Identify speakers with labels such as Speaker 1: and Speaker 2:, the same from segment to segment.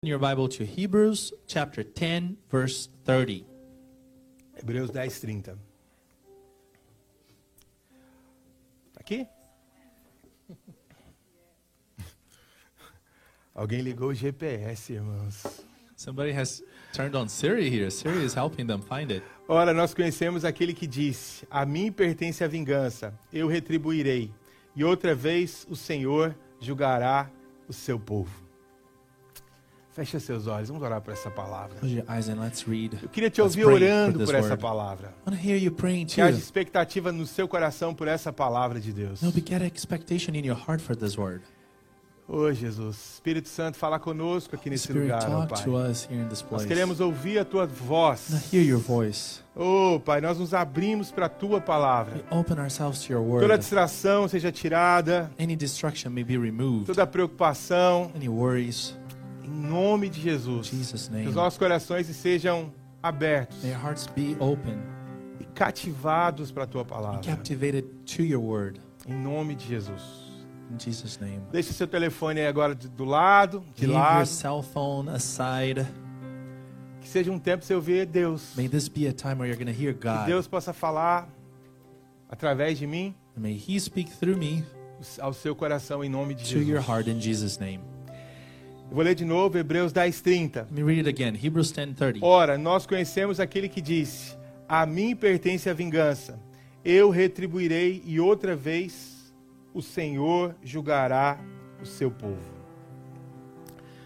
Speaker 1: in your Bible to Hebrews chapter 10, verse 30.
Speaker 2: Hebreus 10, 30. Tá Aqui? Alguém ligou o GPS, irmãos.
Speaker 1: Somebody has turned on Siri here. Siri is helping them find it.
Speaker 2: Ora, nós conhecemos aquele que disse: A mim pertence a vingança, eu retribuirei, e outra vez o Senhor julgará o seu povo. Fecha seus olhos, vamos orar por essa palavra.
Speaker 1: Close your eyes and let's read.
Speaker 2: Eu queria te
Speaker 1: Let's
Speaker 2: ouvir
Speaker 1: pray
Speaker 2: orando
Speaker 1: for
Speaker 2: por
Speaker 1: this
Speaker 2: essa
Speaker 1: word.
Speaker 2: palavra.
Speaker 1: I want to hear you praying
Speaker 2: Que haja
Speaker 1: too.
Speaker 2: expectativa no seu coração por essa palavra de Deus.
Speaker 1: No, but get expectation in your heart for this word.
Speaker 2: Ô Jesus, Espírito Santo, fala conosco aqui nesse
Speaker 1: Spirit,
Speaker 2: lugar, ó
Speaker 1: talk
Speaker 2: Pai.
Speaker 1: to us here in this
Speaker 2: Nós
Speaker 1: place.
Speaker 2: queremos ouvir a tua
Speaker 1: I
Speaker 2: voz.
Speaker 1: hear your voice.
Speaker 2: Ô Pai, nós nos abrimos para a tua
Speaker 1: We
Speaker 2: palavra.
Speaker 1: open ourselves to your
Speaker 2: Toda
Speaker 1: word.
Speaker 2: distração seja tirada,
Speaker 1: Any distraction may be removed.
Speaker 2: toda preocupação,
Speaker 1: Any worries,
Speaker 2: em nome de
Speaker 1: in
Speaker 2: Jesus.
Speaker 1: Jesus'
Speaker 2: Que os
Speaker 1: name. É.
Speaker 2: nossos corações sejam abertos
Speaker 1: May our hearts be open,
Speaker 2: e cativados para a tua palavra,
Speaker 1: captivated to your word.
Speaker 2: em nome de Jesus.
Speaker 1: In Jesus' name.
Speaker 2: Deixe o seu telefone aí agora de- do lado, de
Speaker 1: Leave your
Speaker 2: lado.
Speaker 1: cell phone aside.
Speaker 2: Que seja um tempo pra você ouvir Deus.
Speaker 1: May this be a time where you're going to hear
Speaker 2: Que
Speaker 1: God.
Speaker 2: Deus possa falar através de mim
Speaker 1: May He speak through me
Speaker 2: ao seu coração em nome de
Speaker 1: to your
Speaker 2: Jesus.
Speaker 1: heart in Jesus' name.
Speaker 2: Eu Vou ler de novo Hebreus 10, 30.
Speaker 1: Let me read it again. Hebrews 10:30.
Speaker 2: Ora, nós conhecemos aquele que disse: A mim pertence a vingança, eu retribuirei, e outra vez o Senhor julgará o seu povo.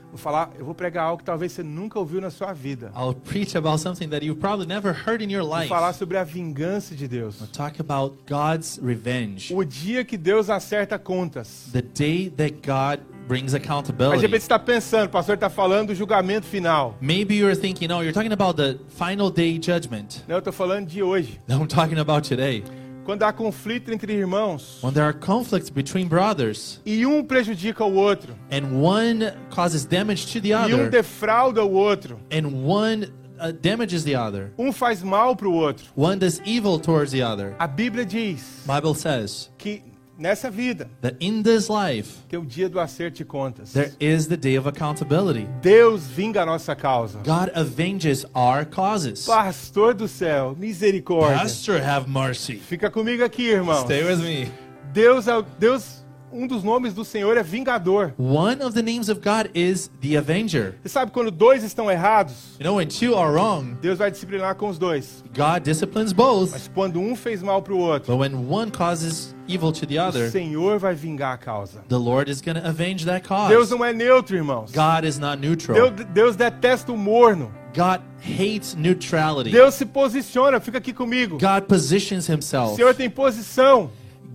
Speaker 2: Vou falar, eu vou pregar algo que talvez você nunca ouviu na sua vida.
Speaker 1: I'll preach about something that you've probably never heard in your
Speaker 2: Vou
Speaker 1: life.
Speaker 2: falar sobre a vingança de Deus.
Speaker 1: I'll talk about God's revenge.
Speaker 2: O dia que Deus acerta contas.
Speaker 1: The day that God brings
Speaker 2: Mas de repente
Speaker 1: accountability.
Speaker 2: você está pensando, o pastor está falando do julgamento final.
Speaker 1: Maybe you're thinking, oh, you're talking about the final day judgment.
Speaker 2: Não, eu estou falando de hoje.
Speaker 1: No, I'm talking about today.
Speaker 2: Quando há conflito entre irmãos
Speaker 1: When there are conflicts between brothers
Speaker 2: e um prejudica o outro,
Speaker 1: and one causes damage to the
Speaker 2: e um
Speaker 1: other
Speaker 2: defrauda o outro,
Speaker 1: and one uh, damages the other,
Speaker 2: um faz mal para o outro.
Speaker 1: one does evil towards the other.
Speaker 2: A Bíblia diz
Speaker 1: Bible says
Speaker 2: que nessa vida
Speaker 1: that in this life
Speaker 2: tem o dia do acerto de contas.
Speaker 1: there is the day of accountability.
Speaker 2: Deus vinga a nossa causa.
Speaker 1: God avenges our causes.
Speaker 2: Pastor do céu, misericórdia.
Speaker 1: Pastor, have mercy.
Speaker 2: Fica comigo aqui, irmão.
Speaker 1: Stay with me.
Speaker 2: Deus é o- Deus, um dos nomes do Senhor é vingador.
Speaker 1: One of the names of God is the Avenger.
Speaker 2: Você sabe quando dois estão errados,
Speaker 1: You know, when two are wrong,
Speaker 2: Deus vai disciplinar com os dois.
Speaker 1: God disciplines both.
Speaker 2: Mas quando um fez mal para o outro,
Speaker 1: But when one causes evil to the
Speaker 2: o
Speaker 1: other,
Speaker 2: Senhor vai vingar a causa.
Speaker 1: the Lord is going to avenge that
Speaker 2: Deus
Speaker 1: cause.
Speaker 2: não é neutro, irmãos.
Speaker 1: God is not
Speaker 2: Deus,
Speaker 1: neutral.
Speaker 2: Deus detesta o morno.
Speaker 1: God hates neutrality.
Speaker 2: Deus se posiciona, fica aqui comigo.
Speaker 1: God positions
Speaker 2: O
Speaker 1: himself.
Speaker 2: Senhor tem posição.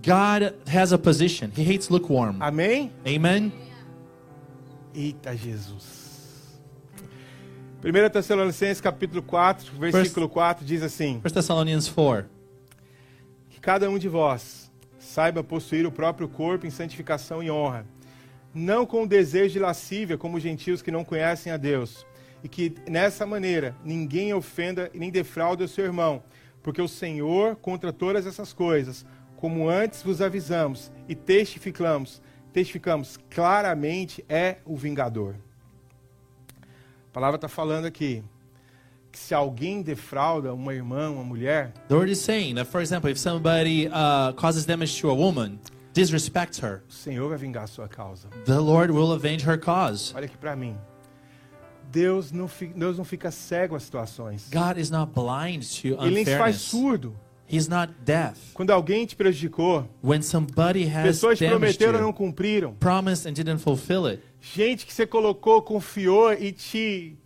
Speaker 1: God has a position. He hates lukewarm.
Speaker 2: Amém?
Speaker 1: Amen.
Speaker 2: Eita Jesus. 1 Tessalonicenses capítulo 4, versículo 4 diz assim:
Speaker 1: 1 Thessalonians 4.
Speaker 2: Que cada um de vós saiba possuir o próprio corpo em santificação e honra, não com o desejo de lascívia como os gentios que não conhecem a Deus, e que nessa maneira ninguém ofenda e nem defraude o seu irmão, porque o Senhor contra todas essas coisas, como antes vos avisamos e testificamos, testificamos claramente é o vingador. A palavra está falando aqui que se alguém defrauda uma irmã, uma mulher,
Speaker 1: The word is saying that, for example, if somebody uh, causes damage to a woman, disrespects her,
Speaker 2: o Senhor vai vingar a sua causa.
Speaker 1: the Lord will avenge her cause.
Speaker 2: Olha aqui para mim. Deus não, fi- Deus não fica cego às situações.
Speaker 1: God is not blind to
Speaker 2: Ele se faz
Speaker 1: unfairness.
Speaker 2: surdo.
Speaker 1: He's not deaf.
Speaker 2: Quando alguém te prejudicou,
Speaker 1: When somebody has
Speaker 2: pessoas te
Speaker 1: damaged
Speaker 2: prometeram e não
Speaker 1: you,
Speaker 2: cumpriram.
Speaker 1: promised and didn't fulfill it,
Speaker 2: Gente que você colocou, confiou e te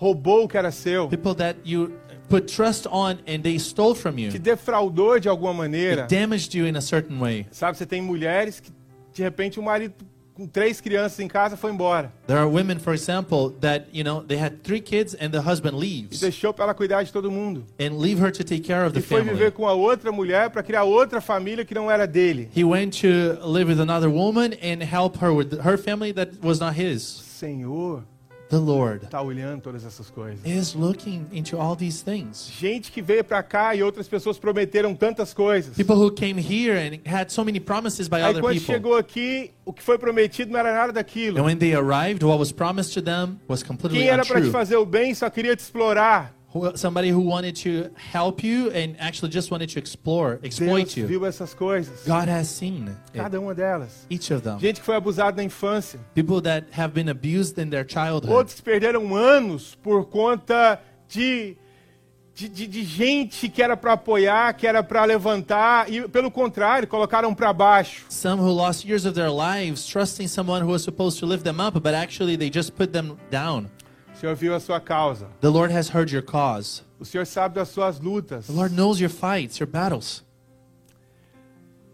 Speaker 2: roubou o que era seu.
Speaker 1: people that you put trust on and they stole from
Speaker 2: Te
Speaker 1: you,
Speaker 2: defraudou de alguma maneira.
Speaker 1: they damaged you in a certain way.
Speaker 2: Sabe, você tem mulheres que, de repente, o marido com três crianças em casa foi embora.
Speaker 1: There are women, for example, that you know they had three kids and the husband
Speaker 2: E
Speaker 1: leaves
Speaker 2: deixou para ela cuidar de todo mundo.
Speaker 1: and leave her to take care of
Speaker 2: E
Speaker 1: the
Speaker 2: foi viver
Speaker 1: family.
Speaker 2: com a outra mulher para criar outra família que não era dele.
Speaker 1: He went to live with another woman and help her with her family that was not
Speaker 2: O
Speaker 1: his.
Speaker 2: Senhor
Speaker 1: the Lord
Speaker 2: está olhando todas essas coisas.
Speaker 1: is looking into all these things.
Speaker 2: Gente que veio para cá e outras pessoas prometeram tantas coisas.
Speaker 1: People who came here and had so many promises by
Speaker 2: Aí
Speaker 1: other
Speaker 2: quando
Speaker 1: people. É um
Speaker 2: chegou aqui, o que foi prometido não era nada
Speaker 1: And
Speaker 2: daquilo.
Speaker 1: when they arrived, what was promised to them was completely
Speaker 2: Quem era para te
Speaker 1: untrue.
Speaker 2: fazer o bem só queria te explorar.
Speaker 1: Who- Somebody who wanted to help you and actually just wanted to explore,
Speaker 2: Deus
Speaker 1: exploit you.
Speaker 2: viu essas coisas,
Speaker 1: God has seen it,
Speaker 2: cada uma delas.
Speaker 1: each of them.
Speaker 2: Gente que foi abusada na infância,
Speaker 1: People that have been abused in their childhood.
Speaker 2: outros que perderam anos por conta de de, de- de gente que era para apoiar, que era para levantar e pelo contrário colocaram para baixo.
Speaker 1: Some who lost years of their lives trusting someone who was supposed to lift them up, but actually they just put them down.
Speaker 2: O Senhor viu a sua causa.
Speaker 1: The Lord has heard your cause.
Speaker 2: O Senhor sabe das suas lutas.
Speaker 1: The Lord knows your fights, your battles.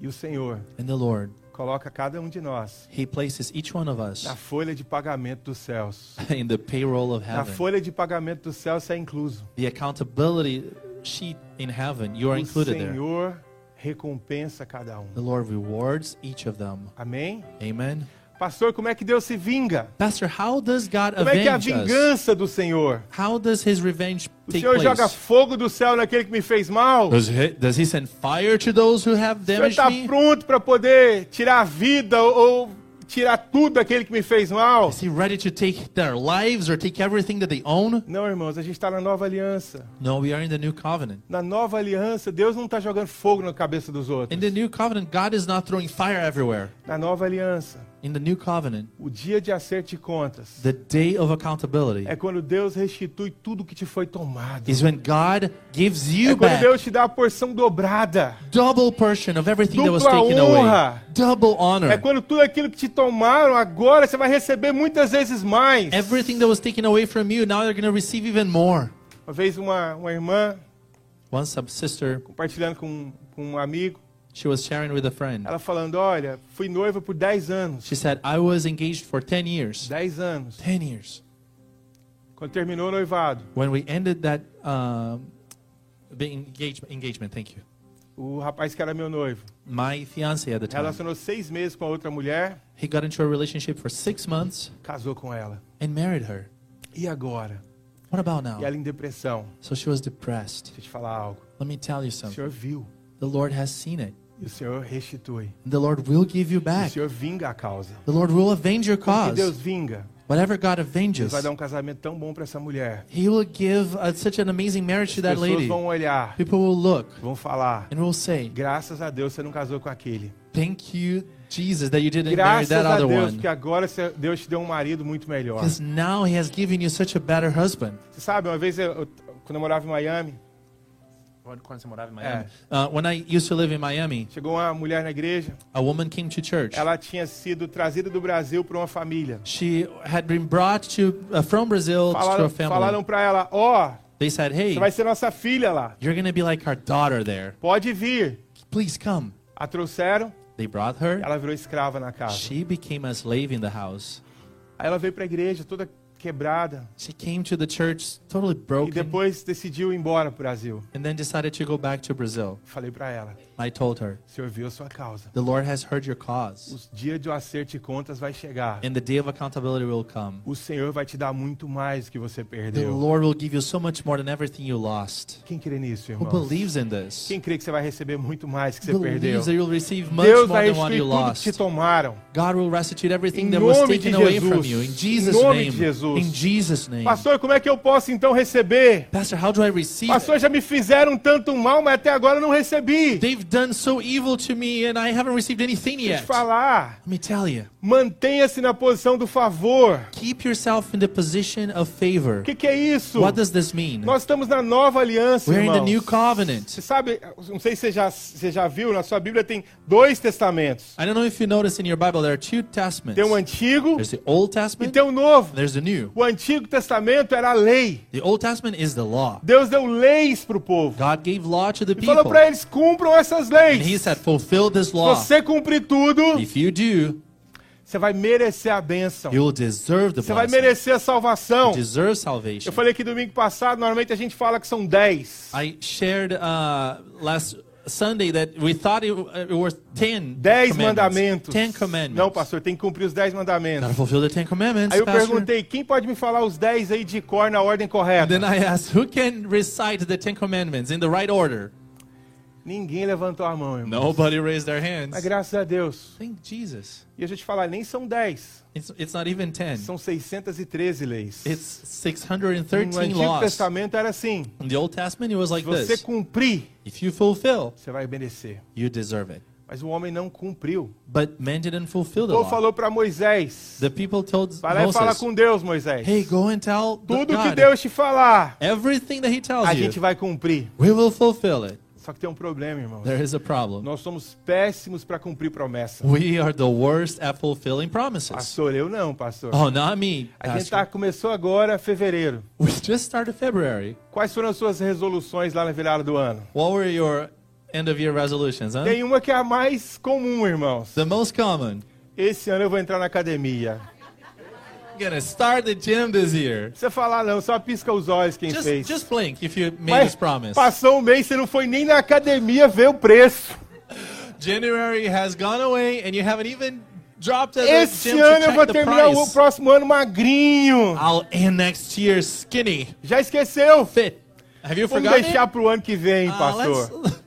Speaker 2: E o Senhor
Speaker 1: And the Lord,
Speaker 2: coloca cada um de nós
Speaker 1: He places each one of us
Speaker 2: na folha de pagamento dos céus.
Speaker 1: in the payroll of
Speaker 2: Na
Speaker 1: heaven.
Speaker 2: folha de pagamento dos céus é incluso.
Speaker 1: The accountability sheet in heaven, you are
Speaker 2: O
Speaker 1: included there.
Speaker 2: Senhor recompensa cada um.
Speaker 1: The Lord rewards each of them.
Speaker 2: Amém?
Speaker 1: Amen.
Speaker 2: Pastor, como é que Deus se vinga?
Speaker 1: Pastor, how does God
Speaker 2: Como é que é a
Speaker 1: avenge us?
Speaker 2: vingança do Senhor?
Speaker 1: How does His revenge
Speaker 2: O
Speaker 1: take
Speaker 2: Senhor joga
Speaker 1: place?
Speaker 2: fogo do céu naquele que me fez mal? O
Speaker 1: Does he, does he send fire to those who have
Speaker 2: Senhor
Speaker 1: damaged
Speaker 2: está
Speaker 1: me?
Speaker 2: pronto para poder tirar a vida ou tirar tudo daquele que me fez mal?
Speaker 1: Is he ready to take their lives or take everything that they own?
Speaker 2: Não, irmãos, a gente está na nova aliança.
Speaker 1: No, we are in the new covenant.
Speaker 2: Na nova aliança, Deus não está jogando fogo na cabeça dos outros.
Speaker 1: In the new covenant, God is not throwing fire everywhere.
Speaker 2: Na nova aliança,
Speaker 1: In the new covenant,
Speaker 2: o dia de acerto de contas
Speaker 1: the day of accountability
Speaker 2: é quando Deus restitui tudo que te foi tomado.
Speaker 1: is when God gives
Speaker 2: É
Speaker 1: you
Speaker 2: quando
Speaker 1: back
Speaker 2: Deus te dá a porção dobrada.
Speaker 1: double portion of everything that was
Speaker 2: Dupla
Speaker 1: taken away.
Speaker 2: honra.
Speaker 1: Double
Speaker 2: É
Speaker 1: honor.
Speaker 2: quando tudo aquilo que te tomaram, agora você vai receber muitas vezes mais.
Speaker 1: Everything that was taken away from you, now you're going to receive even more.
Speaker 2: Uma vez uma, uma irmã
Speaker 1: Once a sister,
Speaker 2: compartilhando com, com um amigo,
Speaker 1: she was sharing with a friend.
Speaker 2: ela falando, olha, fui noiva por 10 anos.
Speaker 1: She said, I was engaged for 10 years.
Speaker 2: 10 anos.
Speaker 1: 10 years.
Speaker 2: Quando terminou o noivado,
Speaker 1: When we ended that um, the engagement, engagement, thank you.
Speaker 2: o rapaz que era meu noivo,
Speaker 1: My fiance at the time,
Speaker 2: relacionou seis meses com a outra mulher,
Speaker 1: he got into a relationship for six months
Speaker 2: casou com ela.
Speaker 1: and married her.
Speaker 2: E agora?
Speaker 1: What about now?
Speaker 2: E ela em depressão.
Speaker 1: So she was depressed.
Speaker 2: Deixa eu te falar algo.
Speaker 1: Let me tell you
Speaker 2: O
Speaker 1: something.
Speaker 2: Senhor viu.
Speaker 1: The Lord has seen it.
Speaker 2: E o Senhor restitui.
Speaker 1: And the Lord will give you
Speaker 2: O
Speaker 1: back.
Speaker 2: Senhor vinga a causa.
Speaker 1: The Lord will avenge your
Speaker 2: Como que Deus
Speaker 1: Ah, cause.
Speaker 2: vinga?
Speaker 1: Whatever God
Speaker 2: Deus
Speaker 1: avenges,
Speaker 2: vai dar um casamento tão bom para essa mulher.
Speaker 1: He will give uh, such an amazing marriage to
Speaker 2: As
Speaker 1: that
Speaker 2: pessoas
Speaker 1: lady.
Speaker 2: vão olhar,
Speaker 1: People will look
Speaker 2: vão falar.
Speaker 1: and will say,
Speaker 2: Graças a Deus você não casou com aquele.
Speaker 1: Thank you, Jesus, that you didn't marry
Speaker 2: Graças
Speaker 1: that
Speaker 2: a
Speaker 1: other
Speaker 2: Deus,
Speaker 1: one.
Speaker 2: porque agora você- Deus te deu um marido muito melhor.
Speaker 1: Because now He has given you such a better husband.
Speaker 2: Você sabe, uma vez, eu, eu- quando eu morava em Miami, Miami?
Speaker 1: Uh, when I used to live in Miami,
Speaker 2: chegou uma mulher na igreja.
Speaker 1: a woman came to church.
Speaker 2: Ela tinha sido trazida do Brasil para uma família.
Speaker 1: She had been brought to uh, from Brazil to
Speaker 2: Falaram,
Speaker 1: a family.
Speaker 2: falaram para ela, ó,
Speaker 1: They said, "Hey,
Speaker 2: você vai ser nossa filha lá.
Speaker 1: you're gonna be like our daughter there.
Speaker 2: Pode vir.
Speaker 1: Please come."
Speaker 2: A trouxeram,
Speaker 1: They brought her.
Speaker 2: ela virou escrava na casa.
Speaker 1: She became a slave in the house.
Speaker 2: Aí ela veio para a igreja toda quebrada
Speaker 1: She came to the church totally
Speaker 2: e
Speaker 1: broken,
Speaker 2: depois decidiu ir embora para o Brasil.
Speaker 1: and then decided to go back to Brazil.
Speaker 2: Falei para ela,
Speaker 1: I told her,
Speaker 2: o senhor viu a sua causa.
Speaker 1: "The Lord has heard your cause,
Speaker 2: Os dias de um acerto de contas vai chegar.
Speaker 1: and the day of accountability will come.
Speaker 2: O senhor vai te dar muito mais do que você
Speaker 1: The
Speaker 2: perdeu.
Speaker 1: Lord will give you so much more than everything you lost."
Speaker 2: Quem crê nisso,
Speaker 1: Who
Speaker 2: irmão?
Speaker 1: believes in this?
Speaker 2: Quem crê que você vai receber muito mais que você perdeu?
Speaker 1: believes that you'll receive much more
Speaker 2: Deus vai
Speaker 1: than what
Speaker 2: restituir
Speaker 1: you
Speaker 2: tudo que
Speaker 1: lost.
Speaker 2: te tomaram.
Speaker 1: God will restitute everything
Speaker 2: Em
Speaker 1: that was
Speaker 2: nome
Speaker 1: taken
Speaker 2: de
Speaker 1: away
Speaker 2: Jesus.
Speaker 1: from you. In
Speaker 2: Em
Speaker 1: Jesus'
Speaker 2: nome
Speaker 1: name.
Speaker 2: de Jesus.
Speaker 1: In Jesus' name.
Speaker 2: Pastor, como é que eu posso então receber?
Speaker 1: Pastor, how do I receive it?
Speaker 2: Pastor, já me fizeram tanto mal, mas até agora eu não recebi. Deixa
Speaker 1: They've done so evil to me and I haven't received anything
Speaker 2: eu te
Speaker 1: yet. Let
Speaker 2: falar.
Speaker 1: me tell you.
Speaker 2: Mantenha-se na posição do favor.
Speaker 1: Keep yourself in the position of favor.
Speaker 2: O que, que é isso?
Speaker 1: What does this mean?
Speaker 2: É. Nós estamos na nova aliança,
Speaker 1: We're in the
Speaker 2: irmãos.
Speaker 1: new covenant.
Speaker 2: Você sabe, não sei se você já, você já viu, na sua Bíblia tem dois testamentos.
Speaker 1: I don't know if you notice in your Bible, there are two testaments.
Speaker 2: Tem o Antigo
Speaker 1: There's the Old
Speaker 2: e
Speaker 1: Testament
Speaker 2: tem o Novo.
Speaker 1: and there's the New.
Speaker 2: O Antigo Testamento era a lei.
Speaker 1: The Old Testament is the law.
Speaker 2: Deus deu leis para o povo.
Speaker 1: God gave law to the
Speaker 2: E falou
Speaker 1: people.
Speaker 2: para eles, cumpram essas leis.
Speaker 1: And he said, fulfill this
Speaker 2: Se
Speaker 1: law.
Speaker 2: você cumprir tudo,
Speaker 1: If you do,
Speaker 2: você vai merecer a bênção.
Speaker 1: you will deserve the
Speaker 2: Você vai
Speaker 1: blessing.
Speaker 2: merecer a salvação.
Speaker 1: deserve
Speaker 2: Eu
Speaker 1: salvation.
Speaker 2: falei que domingo passado, normalmente a gente fala que são 10.
Speaker 1: I shared uh, last Sunday that we thought it, it was 10
Speaker 2: Dez
Speaker 1: commandments.
Speaker 2: mandamentos.
Speaker 1: 10 commandments.
Speaker 2: Não, pastor, tem que cumprir os dez mandamentos.
Speaker 1: Gotta fulfill the 10 commandments,
Speaker 2: Aí eu
Speaker 1: pastor.
Speaker 2: perguntei, quem pode me falar os dez aí de cor na ordem
Speaker 1: And then
Speaker 2: correta?
Speaker 1: I asked, who can recite the 10 commandments in the right order?
Speaker 2: Ninguém levantou a mão, irmão.
Speaker 1: Nobody raised their hands.
Speaker 2: Mas graças a Deus.
Speaker 1: Thank Jesus.
Speaker 2: E a gente falar, nem são dez,
Speaker 1: It's, it's not even 10.
Speaker 2: são 613 leis.
Speaker 1: It's
Speaker 2: No
Speaker 1: 613
Speaker 2: Antigo
Speaker 1: laws.
Speaker 2: Testamento era assim,
Speaker 1: In the Old Testament, it was
Speaker 2: se
Speaker 1: like
Speaker 2: você
Speaker 1: this.
Speaker 2: cumprir,
Speaker 1: If you fulfill,
Speaker 2: você vai obedecer.
Speaker 1: you deserve it.
Speaker 2: Mas o homem não cumpriu.
Speaker 1: But man didn't fulfill
Speaker 2: O
Speaker 1: the
Speaker 2: povo
Speaker 1: law.
Speaker 2: falou para Moisés,
Speaker 1: The people told
Speaker 2: vai lá e fala
Speaker 1: Moses,
Speaker 2: com Deus, Moisés.
Speaker 1: hey, go and tell the
Speaker 2: Tudo que
Speaker 1: God.
Speaker 2: Deus te falar,
Speaker 1: Everything that he tells
Speaker 2: a
Speaker 1: you,
Speaker 2: gente vai cumprir.
Speaker 1: we will fulfill it.
Speaker 2: Só que tem um problema, irmão.
Speaker 1: There is a problem.
Speaker 2: Nós somos péssimos para cumprir promessa.
Speaker 1: We are the worst at fulfilling promises.
Speaker 2: Pastor, eu não, pastor.
Speaker 1: Oh, not me.
Speaker 2: A
Speaker 1: Pastor.
Speaker 2: gente tá, começou agora, fevereiro.
Speaker 1: We just started February.
Speaker 2: Quais foram as suas resoluções lá na virada do ano?
Speaker 1: What were your end of year resolutions, huh?
Speaker 2: Tem uma que é a mais comum, irmãos.
Speaker 1: The most common.
Speaker 2: Esse ano eu vou entrar na academia.
Speaker 1: I'm gonna start the gym this year.
Speaker 2: Você falar não, só pisca os olhos quem
Speaker 1: Just,
Speaker 2: fez.
Speaker 1: just blink if you made
Speaker 2: Mas
Speaker 1: this promise.
Speaker 2: passou um mês, você não foi nem na academia ver o preço.
Speaker 1: January has gone away and you haven't even dropped at the
Speaker 2: Esse
Speaker 1: gym to
Speaker 2: ano eu
Speaker 1: check
Speaker 2: vou
Speaker 1: the
Speaker 2: terminar o
Speaker 1: price.
Speaker 2: próximo ano magrinho.
Speaker 1: I'll end next year skinny,
Speaker 2: Já esqueceu?
Speaker 1: fit. Have you
Speaker 2: Vamos
Speaker 1: forgotten? it?
Speaker 2: deixar pro ano que vem,
Speaker 1: Uh,
Speaker 2: pastor.
Speaker 1: let's,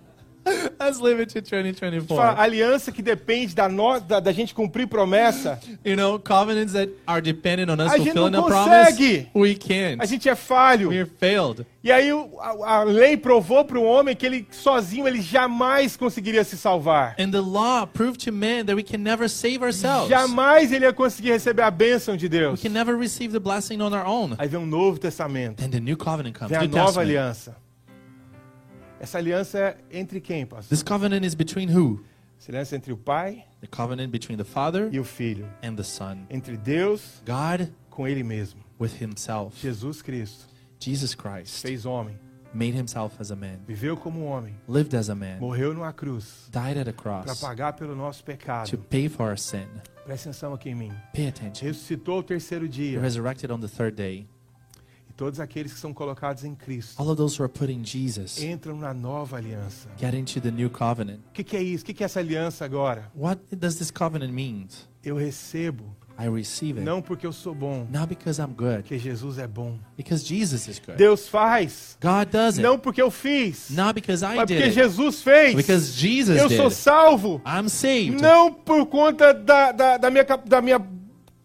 Speaker 1: let's leave it to
Speaker 2: Fala,
Speaker 1: 2024.
Speaker 2: aliança que depende da, no, da, da gente cumprir promessa,
Speaker 1: You know, covenants that are dependent on us
Speaker 2: A gente
Speaker 1: fulfilling
Speaker 2: não
Speaker 1: a promise,
Speaker 2: consegue.
Speaker 1: we
Speaker 2: a
Speaker 1: can't.
Speaker 2: gente é falho.
Speaker 1: We failed.
Speaker 2: E aí o- a, a lei provou para o homem que ele sozinho ele jamais conseguiria se salvar.
Speaker 1: And the law proved to man that we can never save ourselves.
Speaker 2: Jamais ele ia conseguir receber a bênção de
Speaker 1: We
Speaker 2: Deus.
Speaker 1: can never receive the blessing on our own.
Speaker 2: Aí vem um novo testamento,
Speaker 1: Then the new covenant comes.
Speaker 2: vem a
Speaker 1: New
Speaker 2: nova
Speaker 1: Testament.
Speaker 2: aliança. Essa aliança é entre quem, pastor?
Speaker 1: This covenant is between who?
Speaker 2: Essa aliança é entre o pai
Speaker 1: The covenant between the Father
Speaker 2: e o filho,
Speaker 1: and the Son.
Speaker 2: entre Deus
Speaker 1: God
Speaker 2: com ele mesmo.
Speaker 1: with Himself.
Speaker 2: Jesus Cristo
Speaker 1: Jesus Christ
Speaker 2: fez homem,
Speaker 1: made Himself as a man,
Speaker 2: viveu como homem,
Speaker 1: lived as a man,
Speaker 2: morreu numa cruz
Speaker 1: died at a
Speaker 2: para
Speaker 1: cross
Speaker 2: pagar pelo nosso
Speaker 1: to
Speaker 2: pecado.
Speaker 1: pay for our sin.
Speaker 2: Presta atenção aqui em mim.
Speaker 1: Pay attention.
Speaker 2: Ressuscitou ao terceiro
Speaker 1: He
Speaker 2: dia.
Speaker 1: resurrected on the third day.
Speaker 2: E todos aqueles que são colocados em Cristo
Speaker 1: All of those who are put in Jesus
Speaker 2: entram na nova aliança.
Speaker 1: get into the new covenant.
Speaker 2: O que, que é isso? O que, que é essa aliança agora?
Speaker 1: What does this covenant mean?
Speaker 2: Eu recebo,
Speaker 1: I receive it.
Speaker 2: não porque eu sou bom,
Speaker 1: Not because I'm good,
Speaker 2: porque Jesus é bom.
Speaker 1: because Jesus is good.
Speaker 2: Deus faz,
Speaker 1: God does it.
Speaker 2: não porque eu fiz,
Speaker 1: Not because I
Speaker 2: mas porque
Speaker 1: did it.
Speaker 2: Jesus fez.
Speaker 1: Because é Jesus é
Speaker 2: Eu
Speaker 1: did.
Speaker 2: sou
Speaker 1: it.
Speaker 2: salvo,
Speaker 1: I'm saved.
Speaker 2: não por conta da, da, da minha. cap- Da minha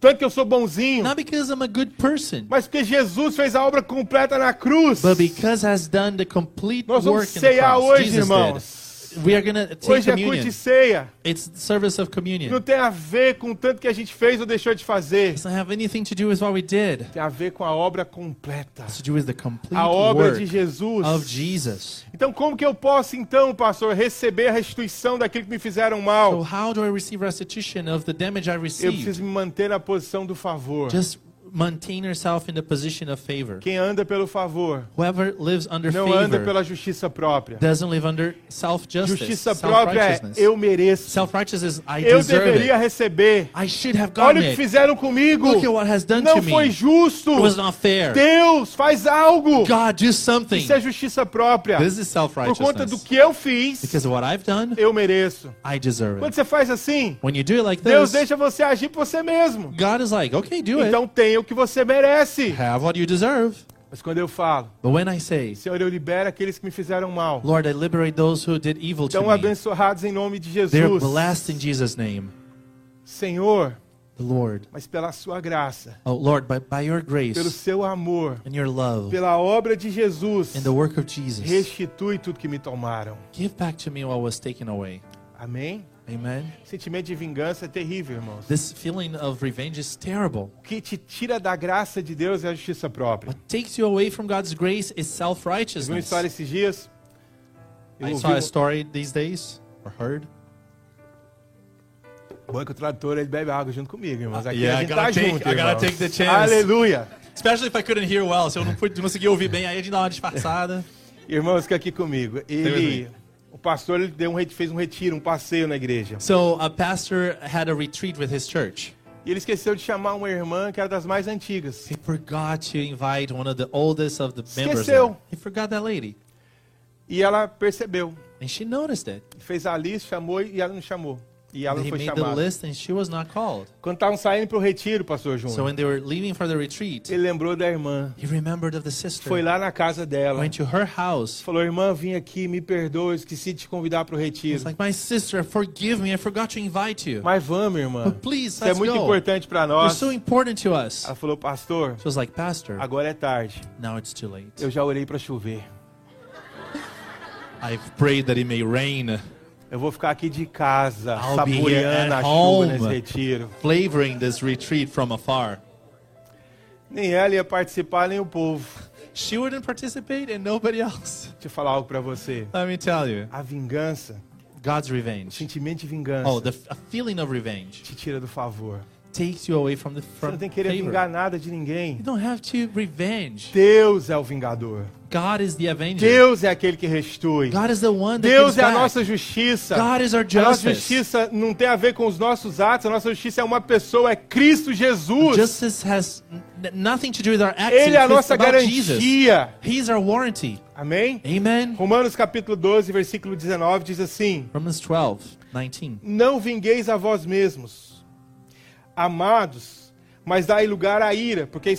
Speaker 2: tanto que eu sou bonzinho,
Speaker 1: Not because I'm a good person,
Speaker 2: mas porque Jesus fez a obra completa na cruz.
Speaker 1: but because has done the complete
Speaker 2: Nós
Speaker 1: work
Speaker 2: vamos
Speaker 1: in the
Speaker 2: ceiar
Speaker 1: cross.
Speaker 2: hoje,
Speaker 1: Jesus
Speaker 2: irmãos.
Speaker 1: did. We are going to take
Speaker 2: Hoje é culto
Speaker 1: communion.
Speaker 2: de ceia.
Speaker 1: It's service of
Speaker 2: Não
Speaker 1: communion.
Speaker 2: tem a ver com o tanto que a gente fez ou deixou de fazer.
Speaker 1: It doesn't have anything to do with what we did. It
Speaker 2: Tem a ver com a obra completa.
Speaker 1: has to do with the complete
Speaker 2: A obra
Speaker 1: work
Speaker 2: de
Speaker 1: of
Speaker 2: Jesus.
Speaker 1: Jesus.
Speaker 2: Então, como que eu posso, então, pastor, receber a restituição daquilo que me fizeram
Speaker 1: So
Speaker 2: mal?
Speaker 1: how do I receive restitution of the damage I
Speaker 2: Eu
Speaker 1: received?
Speaker 2: preciso me manter na posição do favor.
Speaker 1: Just maintain yourself in the position of favor.
Speaker 2: Quem anda pelo favor
Speaker 1: Whoever lives under
Speaker 2: não anda
Speaker 1: favor
Speaker 2: pela justiça própria.
Speaker 1: doesn't live under self-justice,
Speaker 2: Justiça própria é
Speaker 1: self-righteousness.
Speaker 2: eu mereço.
Speaker 1: Self-righteousness, I
Speaker 2: Eu
Speaker 1: deserve
Speaker 2: deveria
Speaker 1: it.
Speaker 2: receber.
Speaker 1: I should have
Speaker 2: Olha
Speaker 1: gotten
Speaker 2: o que
Speaker 1: it.
Speaker 2: fizeram comigo.
Speaker 1: Look at what has done
Speaker 2: Não
Speaker 1: to
Speaker 2: foi
Speaker 1: me.
Speaker 2: justo.
Speaker 1: It was not fair.
Speaker 2: Deus faz algo.
Speaker 1: God, do something.
Speaker 2: Isso é justiça própria.
Speaker 1: This is
Speaker 2: Por conta do
Speaker 1: self-righteousness.
Speaker 2: que eu fiz,
Speaker 1: Because of what I've done,
Speaker 2: eu mereço.
Speaker 1: I deserve
Speaker 2: Quando
Speaker 1: it.
Speaker 2: você faz assim,
Speaker 1: When you do it like
Speaker 2: Deus
Speaker 1: this,
Speaker 2: deixa você agir por você mesmo.
Speaker 1: God is like, okay, do it.
Speaker 2: Então tenha o que você merece.
Speaker 1: Have what you deserve.
Speaker 2: Mas quando eu falo,
Speaker 1: But when I say,
Speaker 2: Senhor, eu libero aqueles que me fizeram mal,
Speaker 1: Lord, I liberate those who did evil
Speaker 2: estão
Speaker 1: to me,
Speaker 2: abençoados em nome de
Speaker 1: they're
Speaker 2: Jesus.
Speaker 1: blessed in Jesus' name.
Speaker 2: Senhor,
Speaker 1: The Lord.
Speaker 2: mas pela sua graça,
Speaker 1: Oh, Lord, by, by your
Speaker 2: pelo
Speaker 1: grace
Speaker 2: seu amor,
Speaker 1: and your love
Speaker 2: pela obra de Jesus,
Speaker 1: and the work of Jesus,
Speaker 2: restitui tudo que me tomaram.
Speaker 1: give back to me what was taken away.
Speaker 2: Amém?
Speaker 1: Amen.
Speaker 2: Sentimento de vingança é terrível, irmãos.
Speaker 1: This feeling of revenge is terrible.
Speaker 2: O que te tira da graça de Deus é a justiça própria.
Speaker 1: What takes you away from God's grace is self
Speaker 2: Eu vi uma
Speaker 1: righteousness.
Speaker 2: história esses dias. Eu
Speaker 1: I
Speaker 2: ouvi
Speaker 1: saw a
Speaker 2: um...
Speaker 1: story these days or heard.
Speaker 2: Bom que o tradutor ele bebe água junto comigo, irmãos. Aqui
Speaker 1: Yeah,
Speaker 2: a
Speaker 1: I
Speaker 2: gente
Speaker 1: gotta
Speaker 2: tá
Speaker 1: take-
Speaker 2: junto,
Speaker 1: I gotta
Speaker 2: irmãos.
Speaker 1: take the chance.
Speaker 2: Aleluia.
Speaker 1: Especially if I couldn't hear well, se eu não pude- não consegui ouvir bem, aí a gente dá uma disfarçada.
Speaker 2: Irmãos, fica aqui comigo. Ele,
Speaker 1: with me.
Speaker 2: o pastor ele deu um, re- fez um retiro, um passeio na igreja.
Speaker 1: So a pastor had a retreat with his church.
Speaker 2: E ele esqueceu de chamar uma irmã que era das mais antigas.
Speaker 1: He forgot to invite one of the oldest of the members.
Speaker 2: Esqueceu.
Speaker 1: there. He forgot that lady.
Speaker 2: E ela percebeu,
Speaker 1: and she noticed it.
Speaker 2: fez a lista, chamou e ela não chamou. E ela não
Speaker 1: he
Speaker 2: foi
Speaker 1: made the
Speaker 2: chamada.
Speaker 1: list and she was not called.
Speaker 2: Quando estavam saindo para o retiro, pastor Júnior,
Speaker 1: So when they were leaving for the retreat,
Speaker 2: ele lembrou da irmã.
Speaker 1: he remembered of the sister.
Speaker 2: Foi lá na casa dela.
Speaker 1: Went to her house.
Speaker 2: Falou, irmã, vim aqui, me perdoa, esqueci de te convidar para o retiro.
Speaker 1: It's like, my sister, forgive me. I forgot to invite you.
Speaker 2: Mas vamos, irmã.
Speaker 1: But please,
Speaker 2: Isso é
Speaker 1: let's
Speaker 2: muito
Speaker 1: go.
Speaker 2: importante para
Speaker 1: You're
Speaker 2: nós.
Speaker 1: so important to us.
Speaker 2: Ela falou, pastor,
Speaker 1: She was like, Pastor,
Speaker 2: agora é tarde.
Speaker 1: now it's too late.
Speaker 2: Eu já orei para chover.
Speaker 1: I've prayed that it may rain,
Speaker 2: Eu vou ficar aqui de casa,
Speaker 1: I'll be here
Speaker 2: saboreando
Speaker 1: at
Speaker 2: a
Speaker 1: é
Speaker 2: chuva
Speaker 1: home.
Speaker 2: nesse retiro.
Speaker 1: flavoring this retreat from afar.
Speaker 2: Nem ela ia participar, nem o povo.
Speaker 1: She wouldn't participate and nobody else.
Speaker 2: Deixa eu falar algo para você.
Speaker 1: Let me tell you
Speaker 2: A vingança,
Speaker 1: God's
Speaker 2: o
Speaker 1: revenge.
Speaker 2: sentimento de vingança,
Speaker 1: Oh, the f- a feeling of revenge
Speaker 2: te tira do favor.
Speaker 1: takes you away from the
Speaker 2: Você
Speaker 1: from
Speaker 2: não tem que querer
Speaker 1: favor.
Speaker 2: vingar nada de ninguém.
Speaker 1: You don't have to revenge.
Speaker 2: Deus é o vingador.
Speaker 1: God is the avenger.
Speaker 2: Deus é aquele que restitui.
Speaker 1: God is the one that
Speaker 2: Deus
Speaker 1: gives
Speaker 2: é a
Speaker 1: back.
Speaker 2: nossa justiça.
Speaker 1: God is our
Speaker 2: A nossa
Speaker 1: justice.
Speaker 2: justiça não tem a ver com os nossos atos, a nossa justiça é uma pessoa, é Cristo Jesus.
Speaker 1: Justice has n- nothing to do with our actions.
Speaker 2: Ele é a
Speaker 1: It's
Speaker 2: nossa
Speaker 1: about Jesus.
Speaker 2: garantia.
Speaker 1: He's our warranty.
Speaker 2: Amém?
Speaker 1: Amen.
Speaker 2: Romanos capítulo 12, versículo 19 diz assim:
Speaker 1: Romans 12, 19.
Speaker 2: Não vingueis a vós mesmos, amados, mas dai lugar à ira, porque,